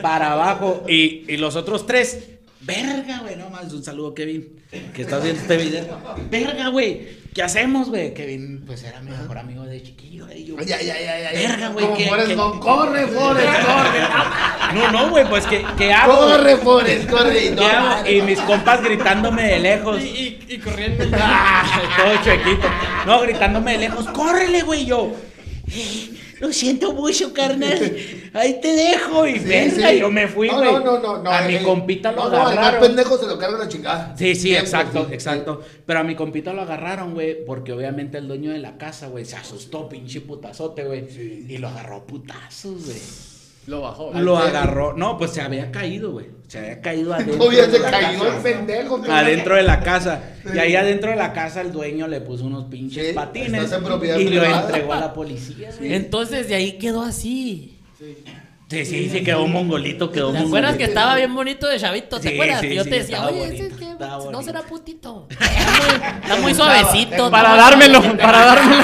Para abajo. Y, y los otros tres. Verga, güey, no más. Un saludo, Kevin. Que está haciendo este video. Verga, güey. ¿Qué hacemos, güey? Kevin, pues era mi mejor amigo de chiquillo. eh, yo- Ay, ay, ay, ay, ay. Verga, güey, Como que- Forrest que- Gump. Corre, Forrest, corre. No, no, güey, pues que, que hago. güey? Corre, Forrest, corre. Y ¿Qué no, hago? Y mis compas gritándome de lejos. Y, y corriendo. Ah. [laughs] Todo chuequito. No, gritándome de lejos, córrele, güey, yo. "Eh, Lo siento mucho, carnal. Ahí te dejo. Y Sí, venga, sí. yo me fui, No, güey. No, no, no, no. A mi eh, compita lo no, no, al más agarraron. pendejo se lo carga la chingada. Sí, sí, Siempre, exacto, sí. exacto. Pero a mi compita lo agarraron, güey, porque obviamente el dueño de la casa, güey, se asustó, pinche putazote, güey. Y lo agarró a putazos, güey. Lo bajó. Lo Ay, agarró. No, pues se había caído, güey. Se había [laughs] caído adentro. Obvio, de se la cayó casa. el pendejo. cabrón. Adentro Ah, de la casa. Y ahí adentro de la casa el dueño le puso unos pinches Sí, patines estás en propiedad y lo privada. entregó a la policía. güey. Entonces de ahí quedó así. Sí, sí, sí, quedó mongolito, quedó ¿Te mongolito. acuerdas que estaba bien bonito de chavito? ¿Te Sí, acuerdas? sí, Y yo sí, te decía, estaba oye, bonito, ese es que estaba no bonito. [laughs] será putito. Está muy, está muy suavecito. Para ¿no? dármelo, para dármelo.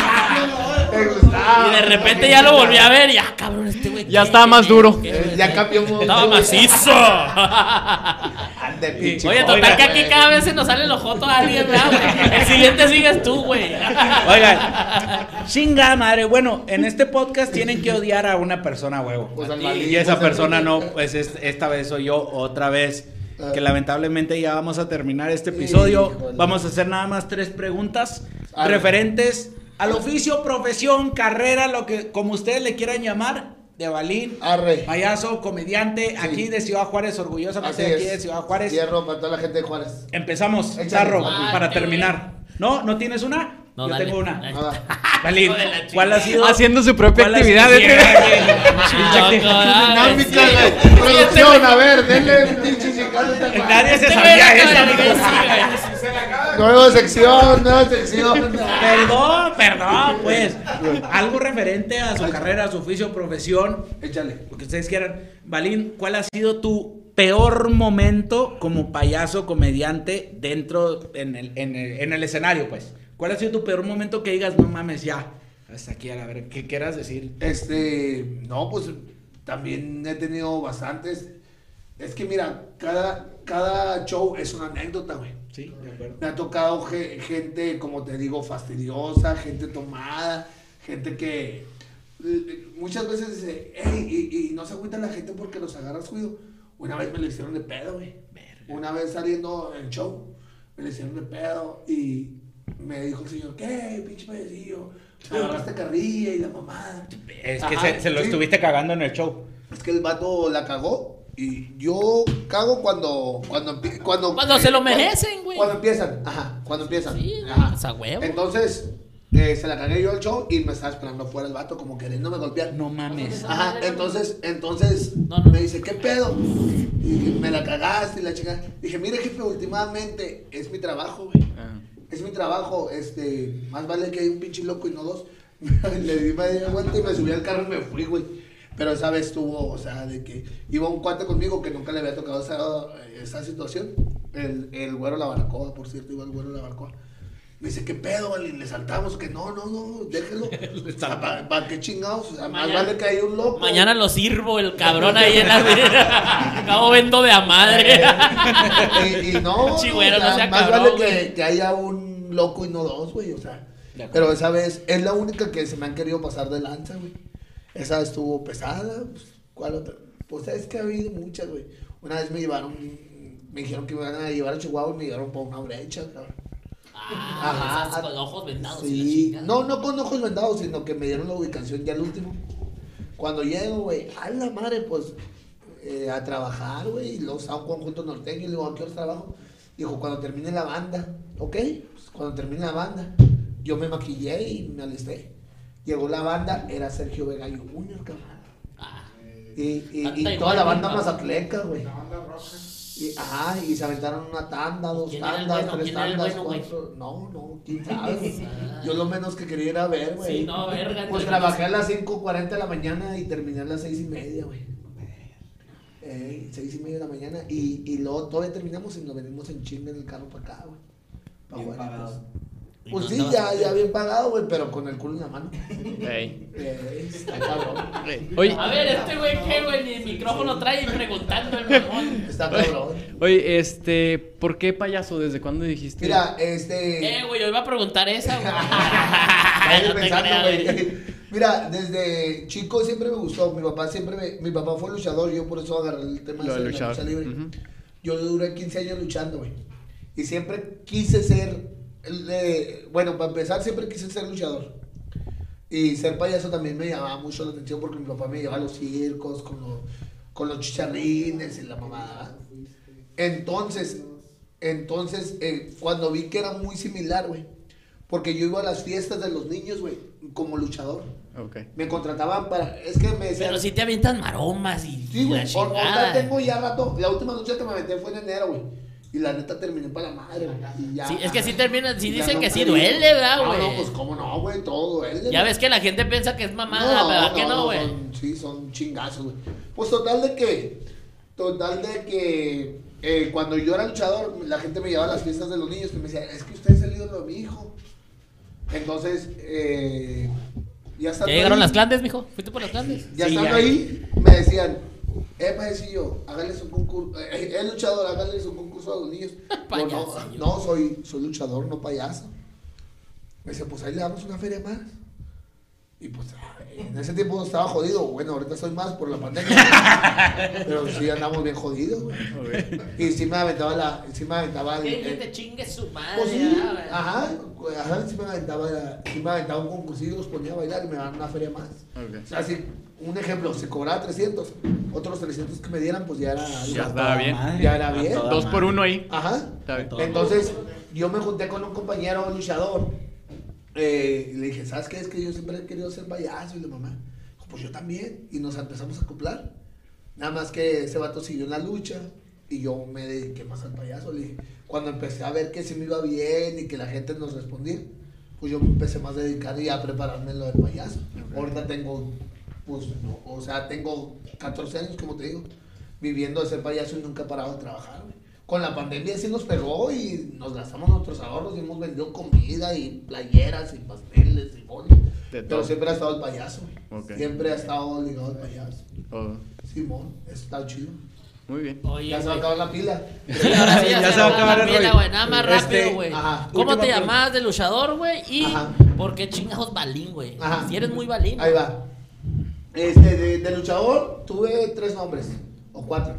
Te gustaba. Y de repente ya lo volví a ver y ah, cabrón, este güey. Ya qué estaba más pendejo, duro. qué Eh, Ya cambió. Estaba macizo. De pinche. Oye, total que eh. aquí cada vez se nos sale el ojoto a alguien, ¿verdad, güey? El siguiente sigues tú, güey. Oigan, chinga madre. Bueno, en este podcast tienen que odiar a una persona, huevo. Pues A al ti. Malí, y esa pues al- persona no, pues es- esta vez soy yo otra vez. Que lamentablemente ya vamos a terminar este episodio. Ah. Híjole. Vamos a hacer nada más tres preguntas A ver. referentes al oficio, profesión, carrera, lo que como ustedes le quieran llamar, de Balín, Arre. payaso, comediante, aquí de Ciudad Juárez, orgullosamente de aquí de Ciudad Juárez. Hierro para toda la gente de Juárez. Empezamos, Échale, Zarro, papi. para terminar. ¿No? ¿No tienes una? No, Yo dale. tengo una. [laughs] Nada. Valid, Hijo de la ¿cuál ha sido? Haciendo su propia ¿Cuál ha actividad. sido? ¿eh? [laughs] Loco, ¿verdad? Dinámica, güey. Producción, a ver, denle pinche chingada a esta madre. Nadie se Este güey sabía no eso. sabe amigo. decir, güey. Nueva sección, nueva sección. [laughs] Perdón, perdón, pues. Algo referente a su carrera, a su oficio, profesión. Échale. Lo que ustedes quieran. Balín, ¿cuál ha sido tu peor momento como payaso, comediante dentro, en el, en el, en el escenario, pues? ¿Cuál ha sido tu peor momento que digas, no mames, ya? Hasta aquí, a la ver, ¿qué quieras decir? Este, no, pues también he tenido bastantes. Es que mira, cada, cada show es una anécdota, güey. Sí, de acuerdo. Me ha tocado ge- gente, como te digo, fastidiosa, gente tomada, gente que eh, muchas veces dice, hey, y, y no se agüita la gente porque los agarras cuido. Una vez me lo hicieron de pedo, güey. Una vez saliendo en show, me lo hicieron de pedo y me dijo el señor, ¿qué, pinche pedacillo? Me agarraste carrilla y la mamada. Es que Ajá, se, se lo sí. estuviste cagando en el show. Es que el vato la cagó y yo cago cuando cuando empie- cuando, Cuando se lo merecen, güey. Cuando empiezan, ajá, cuando empiezan. Sí, ajá. o sea, huevo. Entonces, eh, se la cagué yo al show y me estaba esperando fuera el vato como queriéndome golpear. No mames. Ajá, entonces, entonces No, no. me dice, ¿qué pedo? Y dije, me la cagaste y la chica. Dije, mire jefe, últimamente es mi trabajo, güey. Es mi trabajo, este, más vale que hay un pinche loco y no dos. [laughs] Le di media vuelta y me subí al carro y me fui, güey. Pero esa vez tuvo, o sea, de que iba un cuate conmigo que nunca le había tocado esa, esa situación. El, el güero la barcoa, por cierto, iba el güero la barcoa. Me dice, ¿qué pedo, vale? Le saltamos, que no, no, [laughs] no, déjelo. ¿Para qué chingados? O sea, más Mañana- vale que hay un loco. Mañana lo sirvo el cabrón ahí en la. Acabo vendo de a madre. [laughs] y, y no, Sí, güey, no o sea, sea más cabrón, vale güey. que, que haya un loco y no dos, güey, o sea. De acuerdo. Pero esa vez es la única que se me han querido pasar de lanza, güey. Esa estuvo pesada, pues, ¿cuál otra? Pues es que ha habido muchas, güey. Una vez me llevaron, me dijeron que me iban a llevar a Chihuahua y me llevaron por una brecha, cabrón. Ah, esas con ojos vendados. Sí. Y la chingada. No, no con ojos vendados, sino que me dieron la ubicación ya al último. Cuando llego, güey, a la madre, pues, eh, a trabajar, güey, y los a un conjunto norteño, y le digo, ¿a qué hora trabajo? Dijo, cuando termine la banda, ¿ok? Pues, cuando termine la banda, yo me maquillé y me alisté. Llegó la banda, era Sergio Vega Junior, cabrón. Ah, Y, y, Tanta y toda igual, la banda ¿no? mazatleca, güey. Y, ajá, y se aventaron una tanda, dos ¿Quién era el tandas, bueno? tres ¿Quién era el tandas, bueno, güey? cuatro. No, no, [laughs] quién sabe. Yo lo menos que quería era ver, güey. Ah. Sí, no, verga, Pues entonces- trabajé a las 5.40 de la mañana y terminé a las 6 y media, güey. Eh, seis y media de la mañana. Y, y luego todavía terminamos y nos venimos en chinga en el carro para acá, güey. Pa' Bien Juárez, pagado. Y Pues, pues no sí, andabas ya, con- ya bien pagado, güey, pero con el culo en la mano. [laughs] Ey. Eh, está cabrón. Oye, A ver, este güey, ¿qué, güey? Ni el micrófono trae y preguntando el mamón. Está cabrón. oye, este, ¿por qué payaso? ¿Desde cuándo dijiste? Mira, este. ¿Qué, Eh, güey? Yo iba a preguntar esa, [laughs] güey. Estaba No te pensando, creas, güey. güey. Mira, desde chico siempre me gustó. Mi papá siempre me- mi papá fue luchador, yo por eso agarré el tema Lo de de la lucha luchador, libre. ujú. Yo duré 15 años luchando, güey. Y siempre quise ser el, eh, bueno, para empezar siempre quise ser luchador. Y ser payaso también me llamaba mucho la atención porque mi papá me llevaba a los circos con los con los chicharrines y la mamada. ¿va? Entonces, entonces, eh, cuando vi que era muy similar, güey. Porque yo iba a las fiestas de los niños, güey, como luchador. Ok. Me contrataban para. Es que me decían. Pero si te avientan maromas y sí, la güey. hor- Ahorita chingada. tengo ya rato. La última noche que me metí fue en enero, güey. Y la neta terminé para la madre, güey. y ya. Sí, es que sí termina, sí Ya dicen no que sí quería. duele, ¿verdad, No, güey? no, pues cómo no, güey. Todo duele. Ya güey. ves que la gente piensa que es mamada, ¿verdad que no, güey? son- sí, son chingazos, güey. Pues total de que, total de que eh, cuando yo era luchador, la gente me llevaba a las fiestas de los niños que me decía, es que usted es el ídolo de mi hijo. Entonces, eh, ya Ya estando llegaron ahí, las clandes, mijo. Fuiste por las clandes. Ya Sí, estando ya. ahí, me decían, Eh, payecillo, háganles un concurso. Eh, eh, luchador, háganles un concurso a los niños. No, no, Payasillo. no, soy, soy luchador, no payaso. Me dice, pues ahí le damos una feria más. Y pues, en ese tiempo no estaba jodido. Bueno, ahorita soy más por la pandemia. [laughs] pero sí andamos bien jodidos, güey. Y sí me aventaba la. Sí me aventaba el- Que el- te chingue su madre. eh, pues sí, ah, güey. ajá, güey, ajá, sí me aventaba, la- sí me aventaba un concursillo, los ponía a bailar y me daban una feria más. Ok. O sea, si un ejemplo, se cobraba 300, otros 300 que me dieran, pues ya era algo. Ya estaba bien. Ya era bien. Dos por uno ahí. Ajá. Está bien. Entonces, yo me junté con un compañero luchador. eh, y le dije, ¿sabes qué? Es que yo siempre he querido ser payaso. Y la mamá, dijo, pues yo también. Y nos empezamos a acoplar. Nada más que ese vato siguió en la lucha. Y yo me dediqué más al payaso. Le dije, cuando empecé a ver que sí me iba bien y que la gente nos respondía, pues yo me empecé más a dedicar y a prepararme en lo del payaso. Ahorita tengo, pues, no, o sea, tengo 14 años, como te digo, viviendo de ser payaso y nunca he parado de trabajar, güey. Con la pandemia sí nos pegó y nos gastamos nuestros ahorros y hemos vendido comida y playeras y pasteles y bonos. De Pero todo. siempre ha estado el payaso, güey. Ok. Siempre ha estado ligado al payaso. Oh, Simón, está chido. muy bien. Oye, Ya se va a güey. acabar la pila. Sí, ahora [laughs] sí, ya, se va a acabar el rollo. güey. Nada más rápido, Este, güey. ajá, ¿Cómo última te pregunta. llamabas de luchador, güey? Y Ajá. por qué chingados balín, güey. Ajá. Si eres muy balín. Ahí va. Este, de, de luchador tuve tres nombres, o cuatro.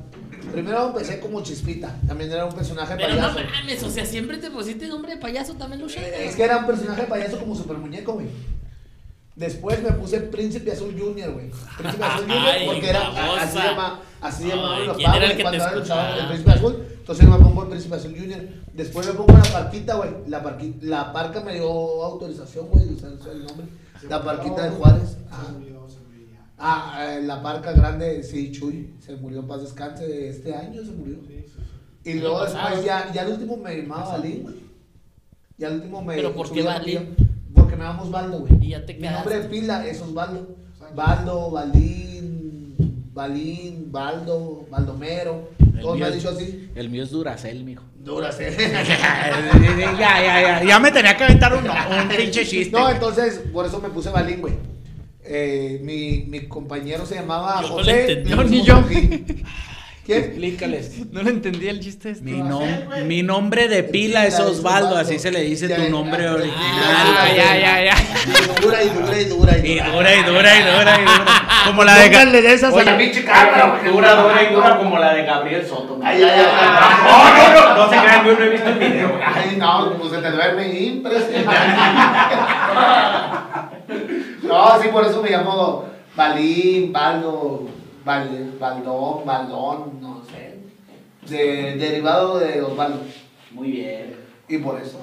Primero empecé como Chispita, también era un personaje Pero no payaso. mames, o sea, siempre te pusiste nombre de payaso también, Lucha. es que era un personaje payaso como super muñeco, güey. Después me puse Príncipe Azul Junior, güey. [laughs] Príncipe Azul Junior, Ay, porque era babosa. así llama, así Ay, llamaban los ¿quién era pagos el que cuando te era luchador, escuchaba? el Príncipe Azul. Entonces me pongo el Príncipe Azul Junior. Después me pongo la parquita, güey. La, parqui- la parca me dio autorización, güey, de usar el nombre. La parquita de Juárez. Ajá. Ah, eh, la parca grande, sí, Chuy, se murió en paz descanse de este año, se murió. Y luego después ya, ya el último me llamaba Balín, güey. Ya el último me ¿Pero por qué subieron Balín? un día, Porque me llamo Osvaldo, güey. Y ya te Mi quedaste. nombre de pila es Osvaldo. Baldo, Balín, Balín, Baldo, Baldomero. El Todos me mío han es- dicho así. El mío es Duracel, mijo. Dura [laughs] ya, ya, ya. Ya me tenía que aventar uno, [laughs] un pinche chiste. No, entonces, por eso me puse Balín, güey. Eh, mi, mi compañero se llamaba Yo no José. le entendí. y No, ni pusimos yo. Joaquín. ¿Quién? Explícales. No lo entendí el chiste este. Mi, nom- mi nombre de pila es Osvaldo, así se le dice Ya, tu ya, nombre ya. original. Ah, ya, ya, ya. Y dura y dura y dura y Y dura. dura y dura y dura y dura. Como la de Gabriel de esas Oye, Dura, dura y dura como la de Gabriel Soto. Ay, ay, ay. No, no, no, no se crean, güey, no he visto el video. Ay, no, como se te duerme impresionante. no, sí, por eso me llamo Balín, Baldo, Val- Baldón, Baldón, no sé. De- derivado de Osvaldo. Muy bien. Y por eso.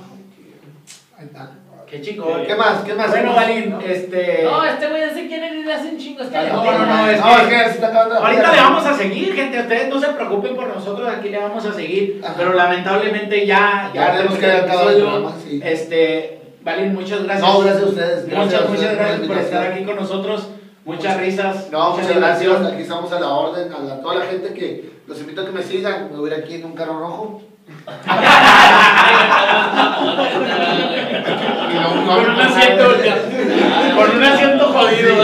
Ahí está. Qué chico. Eh, ¿Qué más? ¿Qué más? Bueno, ¿Qué más? Balín, este. No, este güey ya se quiere ir y le hacen chingos. Ay, No, no, no, es No, que- es que se está acabando la Ahorita pila. le vamos a seguir, gente. Ustedes no se preocupen por nosotros, aquí le vamos a seguir. Ajá. Pero lamentablemente ya. Ya tenemos que acabar el episodio. programa, sí. Este. Valín, muchas gracias. No, gracias a ustedes. Gracias a muchas, muchas ustedes por la gracias por estar invitación. Pues, aquí con nosotros. Muchas risas. No, mucha muchas gracias. diversión. Aquí estamos a la orden. A la- toda la gente que los invito a que me sigan. Me voy a ir aquí en un carro rojo. Y luego me voy a Con un pasar. asiento, [laughs] con un asiento jodido.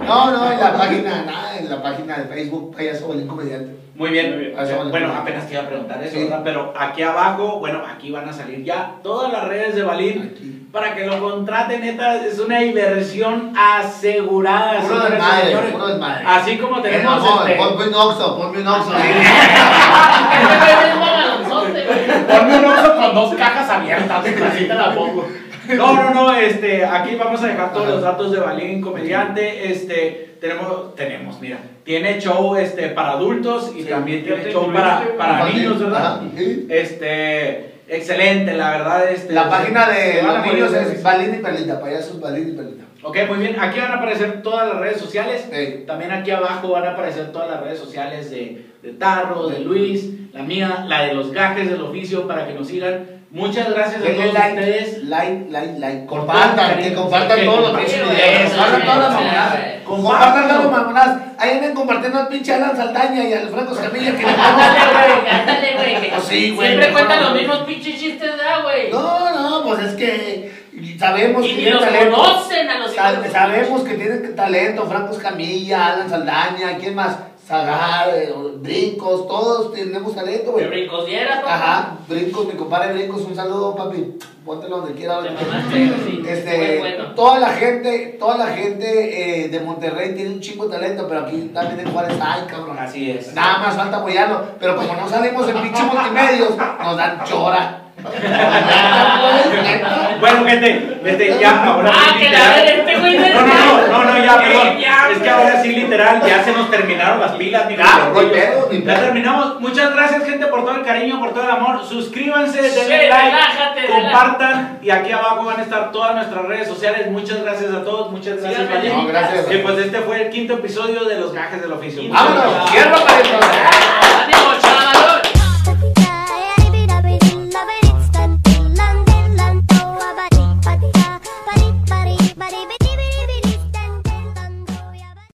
No, no, en la página, nada, en la página de Facebook, payaso Belén Comediante. Muy bien. Muy bien. Bueno, apenas te iba a preguntar eso, Sí. ¿verdad? Pero aquí abajo, bueno, aquí van a salir ya todas las redes de Balín Aquí. para que lo contraten, neta, es una diversión asegurada. Puro señores y desmadre, señores. puro desmadre. Así como tenemos Amor, este, ponme un oxo, ponme un oxo. Ponme un oso con dos cajas [laughs] abiertas, así te la pongo. No, no, no, este, aquí vamos a dejar todos los datos de Balín, comediante, este, tenemos, tenemos, mira, tiene show, este, para adultos y también tiene show para, para Infantil, niños, ¿verdad? ajá, sí. Este, excelente, la verdad, este. La se- página se de van a los morir niños de es risa. Balín y Perlita, payasos Balín y Perlita. Ok, muy bien, aquí van a aparecer todas las redes sociales, Ey. también aquí abajo van a aparecer todas las redes sociales de, de Tarro, de Luis, la mía, la de los gajes del oficio, para que nos sigan. Muchas gracias a Denle todos like, ustedes. like, like, like. Con Compartan, todo que cariño. compartan Que todos los compartan, pinches videos. eso, Compartan sí, todas las sí, mamadas. sí. Compartan todas las mamadas. Ahí andan compartiendo al pinche Alan Saldaña y al Franco Escamilla que le Ándale, güey, ándale, güey. Pues sí, güey, Siempre mejor, cuentan los güey. mismos pinches chistes, ¿verdad, güey? No, no, pues es que Sabemos Y que ni tiene los talento. conocen a los hijos Sab- de los sabemos que tiene talento, Franco Escamilla, Alan Saldaña, ¿quién más? Sagar, eh, Brincos, todos tenemos talento, De güey. brincosieras, papá. Ajá, Brincos, mi compadre Brincos, un saludo, papi. Póntelo donde quiera. Te güey. mamaste, sí. Muy Este, bueno. toda la gente, toda la gente eh, de Monterrey tiene un chingo de talento, pero aquí también en Juárez hay, cabrón. Así es. Nada más falta apoyarlo, pero como no salimos en pinche multimedios, nos dan chora. [laughs] Bueno, gente, desde ya ahora. Ah, sí, que la literal. ver, este güey No, no, no, no, no, ya, perdón. es que ahora sí, literal, ya se nos terminaron las pilas. ni Claro, los rollos. ni pedo, ni Ya pedo. terminamos. Muchas gracias, gente, por todo el cariño, por todo el amor. Suscríbanse, denle Sí, like, relájate, compartan. Y aquí abajo van a estar todas nuestras redes sociales. Muchas gracias a todos. Muchas gracias, Síganme. Valle. No, gracias. Y pues este fue el quinto episodio de Los Gajes del Oficio. ¡Vámonos! ¡Cierro, pariente!